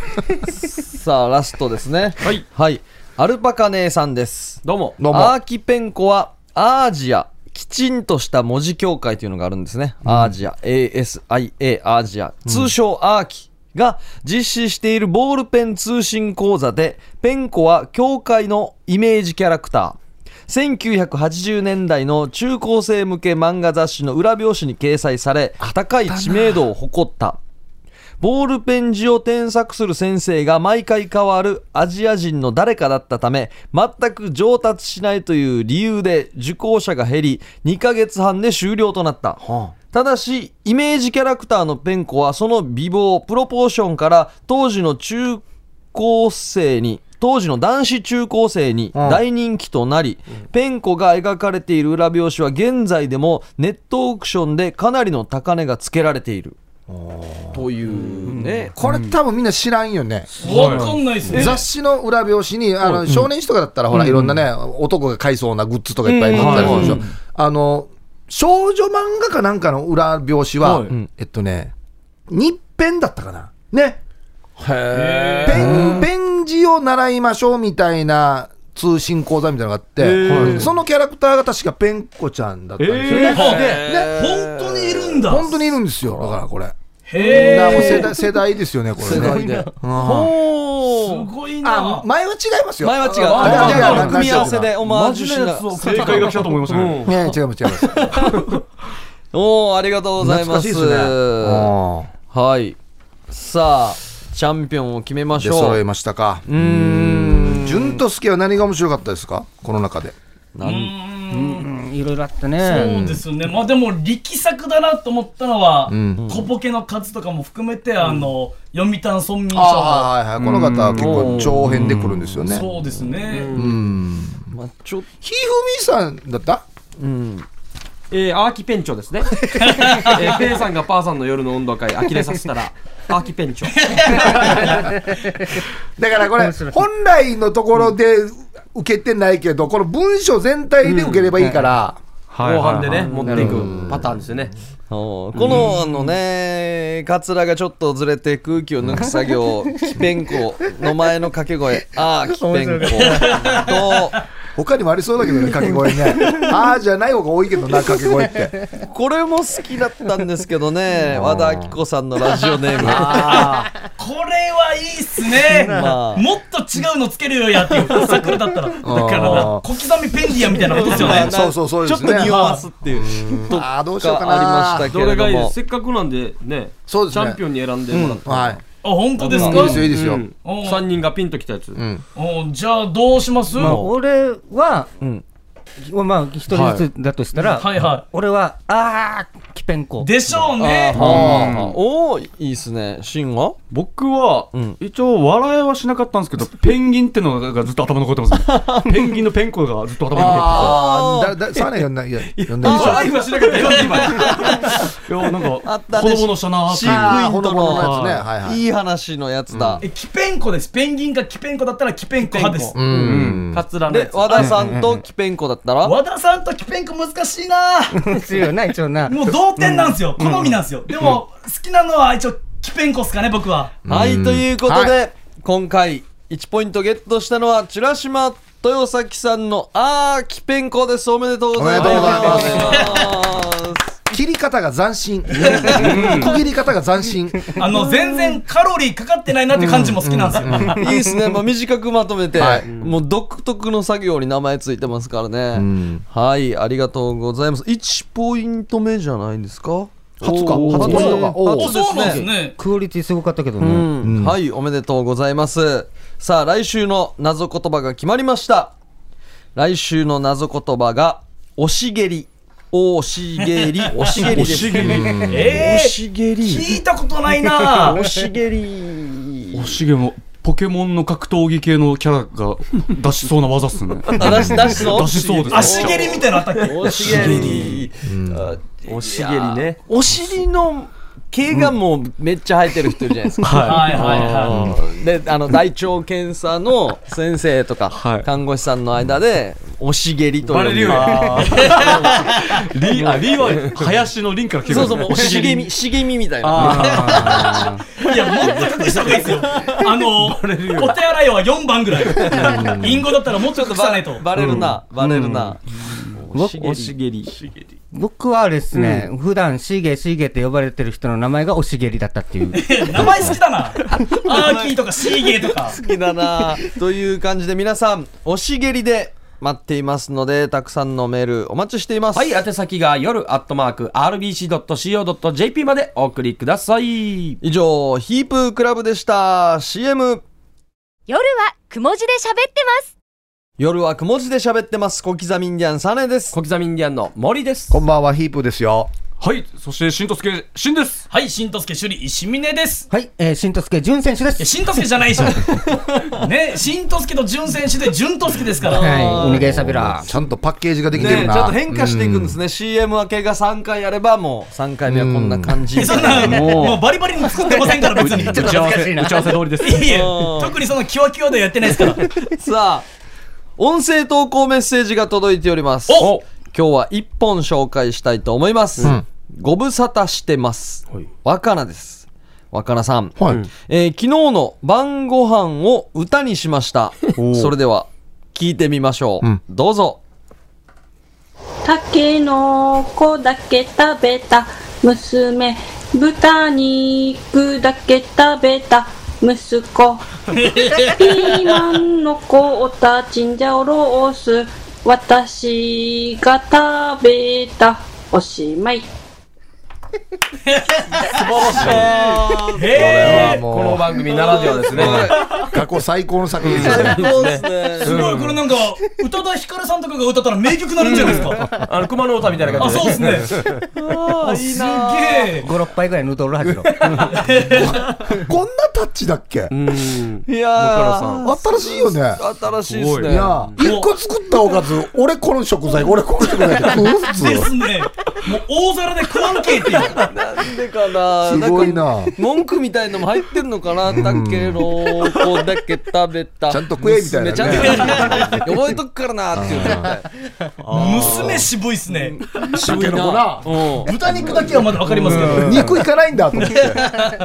S1: さあラストですねはい、アルパカ姉さんです
S10: どうも。
S3: どうも
S1: アーキペンコはアージアきちんとした文字協会というのがあるんですね、アージア ASIA アージア通称アーキが実施しているボールペン通信講座でペンコは協会のイメージキャラクター1980年代の中高生向け漫画雑誌の裏表紙に掲載され高い知名度を誇ったボールペン字を添削する先生が毎回変わるアジア人の誰かだったため、全く上達しないという理由で受講者が減り、2ヶ月半で終了となった。ただし、イメージキャラクターのペンコはその美貌、プロポーションから当時の中高生に、当時の男子中高生に大人気となり、ペンコが描かれている裏表紙は現在でもネットオークションでかなりの高値がつけられている。というね、
S3: これ多分みんな知らんよね。
S5: わかんないですね。
S3: 雑誌の裏表紙に、あの、少年誌とかだったら、ほら、いろんなね、男が買いそうなグッズとかいっぱい載ってたりするでしょ。あの、少女漫画かなんかの裏表紙は、えっとね、日編だったかな。ね。ペン、ペン字を習いましょうみたいな通信講座みたいなのがあって、そのキャラクターが確かペンコちゃんだったんですよね。ね
S5: 本当にいるんだ
S3: 本当にいるんですよ。だからこれ。
S5: へ
S3: なもう世代世代ですよね、これね。
S5: すごいな
S3: あ前は違いますよ。
S1: 前は違う
S3: あれ
S1: あ
S3: 違う
S1: の組み合わせでオマージュしな
S2: 正解が来たと思いましたね。
S3: いや違 う違います。
S1: おおありがとうございます
S3: 懐かしいですね
S1: はいさあチャンピオンを決めまし
S3: で
S1: ょ
S3: 揃
S1: う
S3: えましたか。うーん。潤と助は何が面白かったですかこの中で。
S4: うんいろいろあった
S5: そう
S4: ね。
S5: ですね、まあでも力作だなと思ったのは、
S3: ん
S5: 小ボケの数とかも含めて、あの読谷村民賞
S3: あーはいはいはい。この方は結構長編で来るんですよね。
S5: そうですね、
S3: うん。
S1: まあちょっ
S3: ひふみさんだった
S10: えー、アーキペンチョです ね。えー、ペンさんがパーさんの夜の温度会、呆れさせたら、アーキペンチョ。
S3: だからこれ、本来のところで受けてないけど、この文章全体で受ければいいから、
S10: 後半でね、持っていくパターンですよね。
S1: おーこのあのねカツラがちょっとずれて空気を抜く作 業キペンコの前の掛け声ああキペンコ
S3: 他にもありそうだけどね、掛け 声ね。ああじゃない方が多いけどな、掛け声って。
S1: とこれも好きだったんですけどね和田アキ子さんのラジオネーム
S5: これはいいっすね、
S1: まあ
S5: もっと違うのつけるよやって いう策略だったら、だからな小刻みペンギンやみたいなことですよね。
S3: そうそうそう
S1: ち
S3: で
S1: ょっ
S3: す
S1: と
S3: ね。
S1: 匂わすっていうと
S3: ああ、どうしようかな。
S1: かありましたけ
S10: どれ
S1: れ
S10: が
S1: ど
S10: いいで
S1: も
S10: すせっかくなんでね、
S3: そうですね
S10: チャンピオンに選んでもらった。
S3: はい。
S5: あ本当ですか
S3: いいですよ、いいですよ。
S5: おー
S10: 3人がピンときたやつ。
S5: おーじゃあどうします、
S4: まあ俺は、まあ一人ずつだとしたら、
S5: はいは
S4: 俺はあーキペンコ
S5: い。。でしょうね
S1: あーおおいいっすねシンは
S2: 僕は、一応笑いはしなかったん ですけど、ペンギンってのがずっと頭残ってます、ね。ペンギンのペンコがずっと頭残っ
S3: ああ、だ、だ、サーネ呼んだ、いや、呼んでいいです
S2: てます。笑いはしなかったよ、今。いや、 なんか、子供のしたなーって
S1: 飼育
S3: あ
S2: いう。
S3: ー
S1: 員
S3: ほ
S1: と
S3: のぼののやつね。
S1: の
S3: はいはい。
S1: いい話のやつだ
S5: えキペンコですペンギンかキペンコだったらキペンコ派です
S3: うん。
S10: カツラのや
S1: で
S10: つ。
S1: 和田さんとキペンコだったら
S5: 和田さんとキペンコ難しいな
S4: ですよな一応な。
S5: もう同点なんですよ、好みなんですよ、でも好きなのは一応キペンコっすかね僕は
S1: はい、ということで、
S3: は
S1: 今回1ポイントゲットしたのはチュラシマ豊崎さんのあーキペンコですおめでとうございます
S3: おめでとうござい
S1: ます
S3: 切り方が斬新。区切り方が斬新。
S5: あの全然カロリーかかってないなって感じも好きなんです
S1: い
S5: よ、
S1: いです ね、まあ、短くまとめて、
S3: はい
S1: もう独特の作業に名前ついてますからね、
S3: ん
S1: はいありがとうございます1ポイント目じゃないんですか
S3: 初か
S1: おー
S3: 初ポイントかおー
S1: 初
S5: そう
S1: で
S5: なんですす
S1: ね
S5: ね
S4: クオリティすごかったけどね。
S1: うんはいおめでとうございますさあ来週の謎言葉が決まりました来週の謎言葉がおしげりおしげり おしげりです
S5: え
S1: お
S5: ー、
S1: しげり
S5: 聞いたことないな
S1: おしげり
S2: おしげも、ポケモンの格闘技系のキャラが出しそうな技っすね。
S1: あ出し出しの
S2: 出しそうですね。
S5: 足蹴りみたいなのあったっけ
S1: おしげりあ
S10: おしげりね。
S1: お尻の毛がもうめっちゃ生えてる人いるじゃないですか、
S5: はいはいは
S1: であの大腸検査の先生とか、
S2: はい
S1: 看護師さんの間でおしげりと呼んで
S2: リーは、リーは林のリンから来て
S1: そ
S2: くる
S1: うそうもうおしげみしげみみたいな
S5: はいいやもっと隠した方がいいですよあ のお手洗いは4番ぐらい隠語だったらもうちょっと隠さないと
S1: バレるな、バレるな、
S4: 僕
S10: おしげり。
S4: 僕はですね、普段しげしげって呼ばれてる人の名前がおしげりだったっていう。
S5: 名前好きだなアーキーとかシーゲーとか
S1: 好きだなという感じで皆さんおしげりで待っていますのでたくさんのメールお待ちしています
S10: はい、宛先が夜アットマーク RBC.CO.JP までお送りください。
S1: 以上ヒープークラブでした CM
S7: 夜はくも字で喋ってます。
S1: 夜はくも字で喋ってます小刻みインディアンサネです
S10: 小刻みインディアンの森です。
S3: こんばんは、ヒープーですよ。
S2: はい、そして、しんとすけ、しんです。
S5: はいしんとすけ首里石峰です
S4: はい、えー、しんとすけじゅん選手で
S5: いや、
S4: す。
S5: しんとすけじゃないでしょ。ね、しんとすけと純選手で純とすけですから。
S4: はい、おにげさびら。
S3: ちゃんとパッケージができて
S1: ね
S3: る
S1: ち
S3: な。
S1: ょっと変化していくんですね、CM 明けが3回やればもう3回目はこんな感じ、
S5: そんな、もうバリバリに作ってませんから、別に。
S2: 打ち合わせ、打ち合わせ通りです。
S5: いやいや特にそのキワキワではやってないですから。
S1: さあ音声投稿メッセージが届いております
S5: お
S1: 今日は1本紹介したいと思います、
S3: うん
S1: ご無沙汰してます、若菜です若菜さん、
S3: はい
S1: えー昨日の晩ご飯を歌にしましたそれでは聞いてみましょう、
S3: うん
S1: どうぞ
S11: たけのこだけ食べた娘豚肉だけ食べた息子ピーマンの子をたチンジャオロース私が食べたおしまい
S3: れはもう
S10: この番組ならではですね。
S3: 過去最高の作品ですね。
S5: すごいこれなんか宇多田ヒカルさんとかが歌ったら名曲になるんじゃないですか
S10: あの、熊の歌みたいな感
S5: あ
S10: じで。
S5: そうですね
S1: あいいな
S5: すげえ
S4: 5、6杯ぐらいヌードル味 の。
S3: こんなタッチだっけ
S1: いや
S3: 新しいよね。
S1: ー新しいですね
S3: いや、一個作ったおかず、俺この食材、俺この食材って食う普
S5: です
S3: 通。
S5: ねもう大皿で食わんけっていう
S1: なんでかな
S3: すごいなん
S1: か文句みたいのも入ってるのかなだけの子だけ食べた
S3: ちゃんと食えみたいなね
S1: 娘ちゃんと食え覚えとくからなっていう絶対
S5: 娘渋いっすね
S3: だけどもな、
S5: 豚肉だけはまだわかりますけど
S3: 肉いかないんだと思って。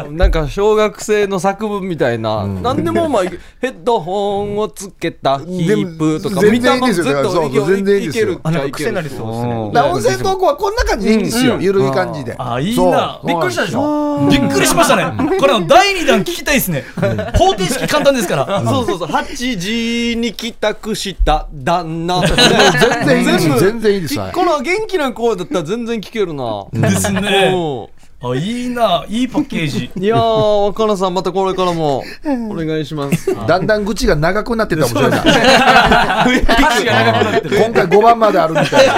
S1: うんなんか小学生の作文みたいな、なんでもまあヘッドホンをつけたヒップとか
S3: でも
S1: 見たもん
S3: 全然いいです
S1: ずっと
S3: よだからそう全然いい
S1: い
S3: です
S1: け
S3: よ
S1: るっちゃいける
S10: そうですね。
S3: だから温泉投稿はこんな感じでいいんですよ。ゆるい感じで。
S5: あいいな
S3: そう
S5: びっくりしたでしょびっくりしましたねこれあの第2弾聞きたいです ね方程式簡単ですから
S1: そうそうそう8時に帰宅した旦那
S3: 全然いいです。全然いいです。はい
S1: この元気な声だったら全然聞けるな
S5: ですね
S1: うん
S5: あいいないいパッケージ
S1: いやー、若菜さん、またこれからもお願いし ます。
S3: だんだん愚痴が長くなってたら面白いな。今回5番まであるみたいな。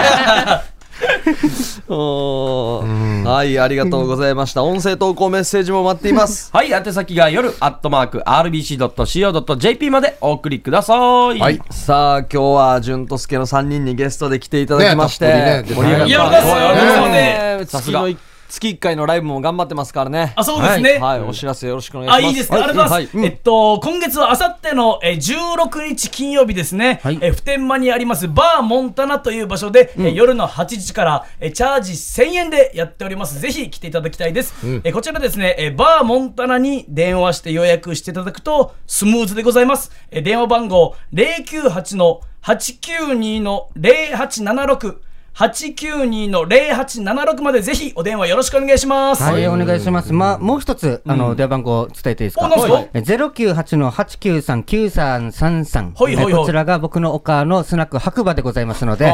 S1: おーはい、ありがとうございました。音声投稿メッセージも待っています。
S10: はい、宛先が夜、アットマーク、rbc.co.jp までお送りください。は
S3: はい。
S1: さあ、今日は、淳と助の3人にゲストで来ていただきまして、
S3: ねたっぷ
S1: 盛
S3: りね
S1: り上がっ
S5: いやそうですよ
S1: た。
S5: ね
S1: ね
S10: さ
S1: 月
S10: すが
S1: の月1回のライブも頑張ってますからね。
S5: あそうですね
S1: はい、お知らせよろしくお願いします。
S5: あ、いいですね。ありがとうございます。えっと、今月はあさってのえー16日金曜日ですね、えー普天間にありますバーモンタナという場所で、えー夜の8時からえーチャージ1000円でやっております。ぜひ来ていただきたいです。えーこちらですね、えーバーモンタナに電話して予約していただくとスムーズでございます。えー電話番号098の892の0876 892の0876までぜひお電話よろしくお願いします。
S4: はい、お願いします。まあ、もう一つ、あの、電話番号伝えていいですか
S5: おなんすか
S4: ゼロ九八の八九三九三三三。
S5: はいはいはい
S4: えこちらが僕のお母のスナック白馬でございますので、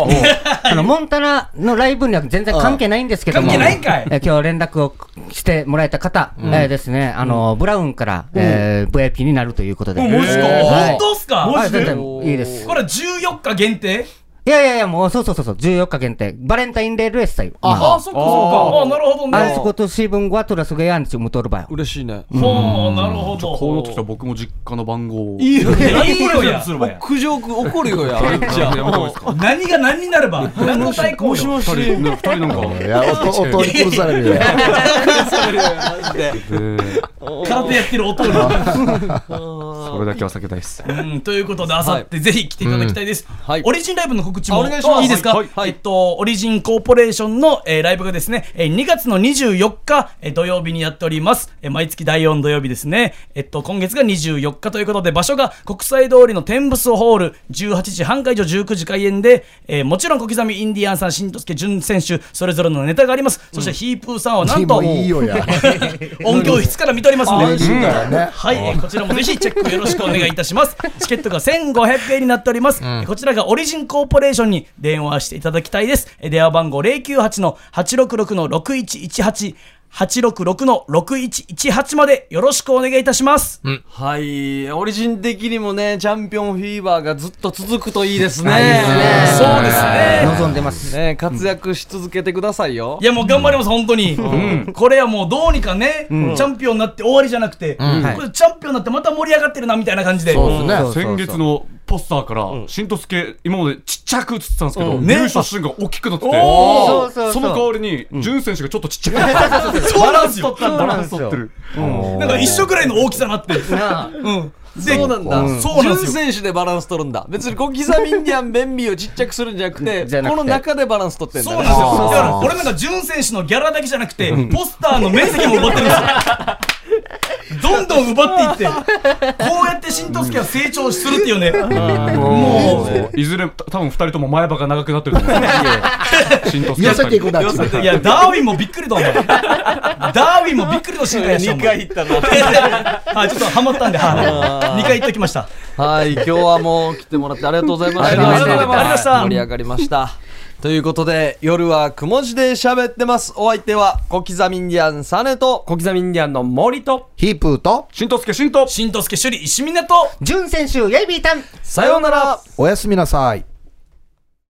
S4: あの、モンタナのライブには全然関係ないんですけども、
S5: 関係ないんかい
S4: え今日連絡をしてもらえた方、えーですね、あの、ブラウンから、えー、VIP になるということで。
S5: マジっすか
S4: はい
S5: 本当っすか
S4: はい、全然いいです。
S5: これ14日限定
S4: いやいやいや、もう、そうそうそうそう、14日限定。バレンタインデールエスタイル。
S5: あそっかそっか。あ、なるほど
S4: アイス
S5: ね。
S4: ごとシーブンゴアトラスゲヤンチムトルバよ。
S1: 嬉しいね。
S5: ほう、なるほど。
S2: こうなってきたら僕も実家の番号を。
S1: い いよ
S5: いや
S1: ね。
S5: いいよや。
S1: 苦情く怒るよや。 じゃあ、も
S5: 何が何になれば何の対抗よ
S1: しもし。
S2: 二人なんか二人なんか。
S3: いや、音音に殺されるよ。
S2: えー
S5: 空手やってる音に。
S2: それだけは避けたいっす。
S5: うん、ということで、あさってぜひ来ていただきたいです。
S1: い
S5: オリジンライブの告知も
S1: あお願いします
S5: いですか、
S1: はいはい
S5: えっと、オリジンコーポレーションの、えーライブがですね、えー2月の24日、えー土曜日にやっております。えー毎月第4土曜日ですね。えっと、今月が24日ということで、場所が国際通りの天ブスホール、18時半会場19時開演で、えーもちろん小刻みインディアンさん、新藤助淳選手、それぞれのネタがあります。そしてヒープーさんはなんと、
S3: もいいよや。
S5: 音響室から見ておりますので、
S3: 練習からね。
S5: はい、えーこちらもぜひチェックよろしくお願いいたします。チケットが1500円になっております。えーこちらがオリジンコーポレーションに電話していただきたいです。えー電話番号098の866の6118。866の6118までよろしくお願いいたします。
S1: はい、オリジン的にもね、チャンピオンフィーバーがずっと続くといいですね。
S5: そうですね。
S4: 望んでます。
S1: ね、活躍し続けてくださいよ
S5: い。やもう頑張ります、本当に、これはもうどうにかね、チャンピオンになって終わりじゃなくて、これチャンピオンになってまた盛り上がってるなみたいな感じで、
S3: そうですね。
S2: 先月のポスターから、しんとすけ、今までちっちゃく映ってたんですけど、
S10: うんね
S2: 入賞シーンが大きくなってて、
S10: おーそうそうそう
S2: その代わりに、潤選手がちょっとちっちゃく
S5: そうそうそう
S2: バランス取った
S5: そう
S2: バ
S5: なん
S2: ラ
S5: で
S2: ンス
S5: す
S2: 取
S5: よ
S2: ってる。
S5: うんなんか一緒くらいの大きさになって。
S1: なあ
S5: うん。で
S1: そうなんだ、
S5: そうなんですよ。
S1: 選手でバランス取るんだ別に小刻みにゃん便秘をちっちゃくするんじゃなくて
S5: じゃなく
S1: こ
S5: て
S1: の中でバランス取ってんだ、
S5: そう
S1: ね、
S5: なんですよ。だから、俺なんか、純選手のギャラだけじゃなくて、ポスターの面積も奪ってるんですよ。どんどん奪っていって、こうやって新藤助は成長するっていうね。
S2: もう、いずれ、た多分二人とも前歯が長くなってると思うんですよ。しんとすけ。
S5: 寄せていくな寄せていやダーウィンもびっくりだお前ダーウィンもびっくりの進化やしたもん。
S1: 二回行ったな
S5: はい、ちょっとハマったんで、はい。二回行ってきました。
S1: はい今日はもう来てもらってありがとうございました
S5: ありがとうございましたありがとうございました
S1: 盛り上がりましたということで夜はくも字で喋ってますお相手は小刻みインディアンサネと
S10: 小刻みインディアンの森と
S3: ヒープーと
S2: しんとすけしんと
S5: しんとすけ首里石湊
S9: 潤選手、ヤイビータン。
S1: さようなら
S3: おやすみなさい。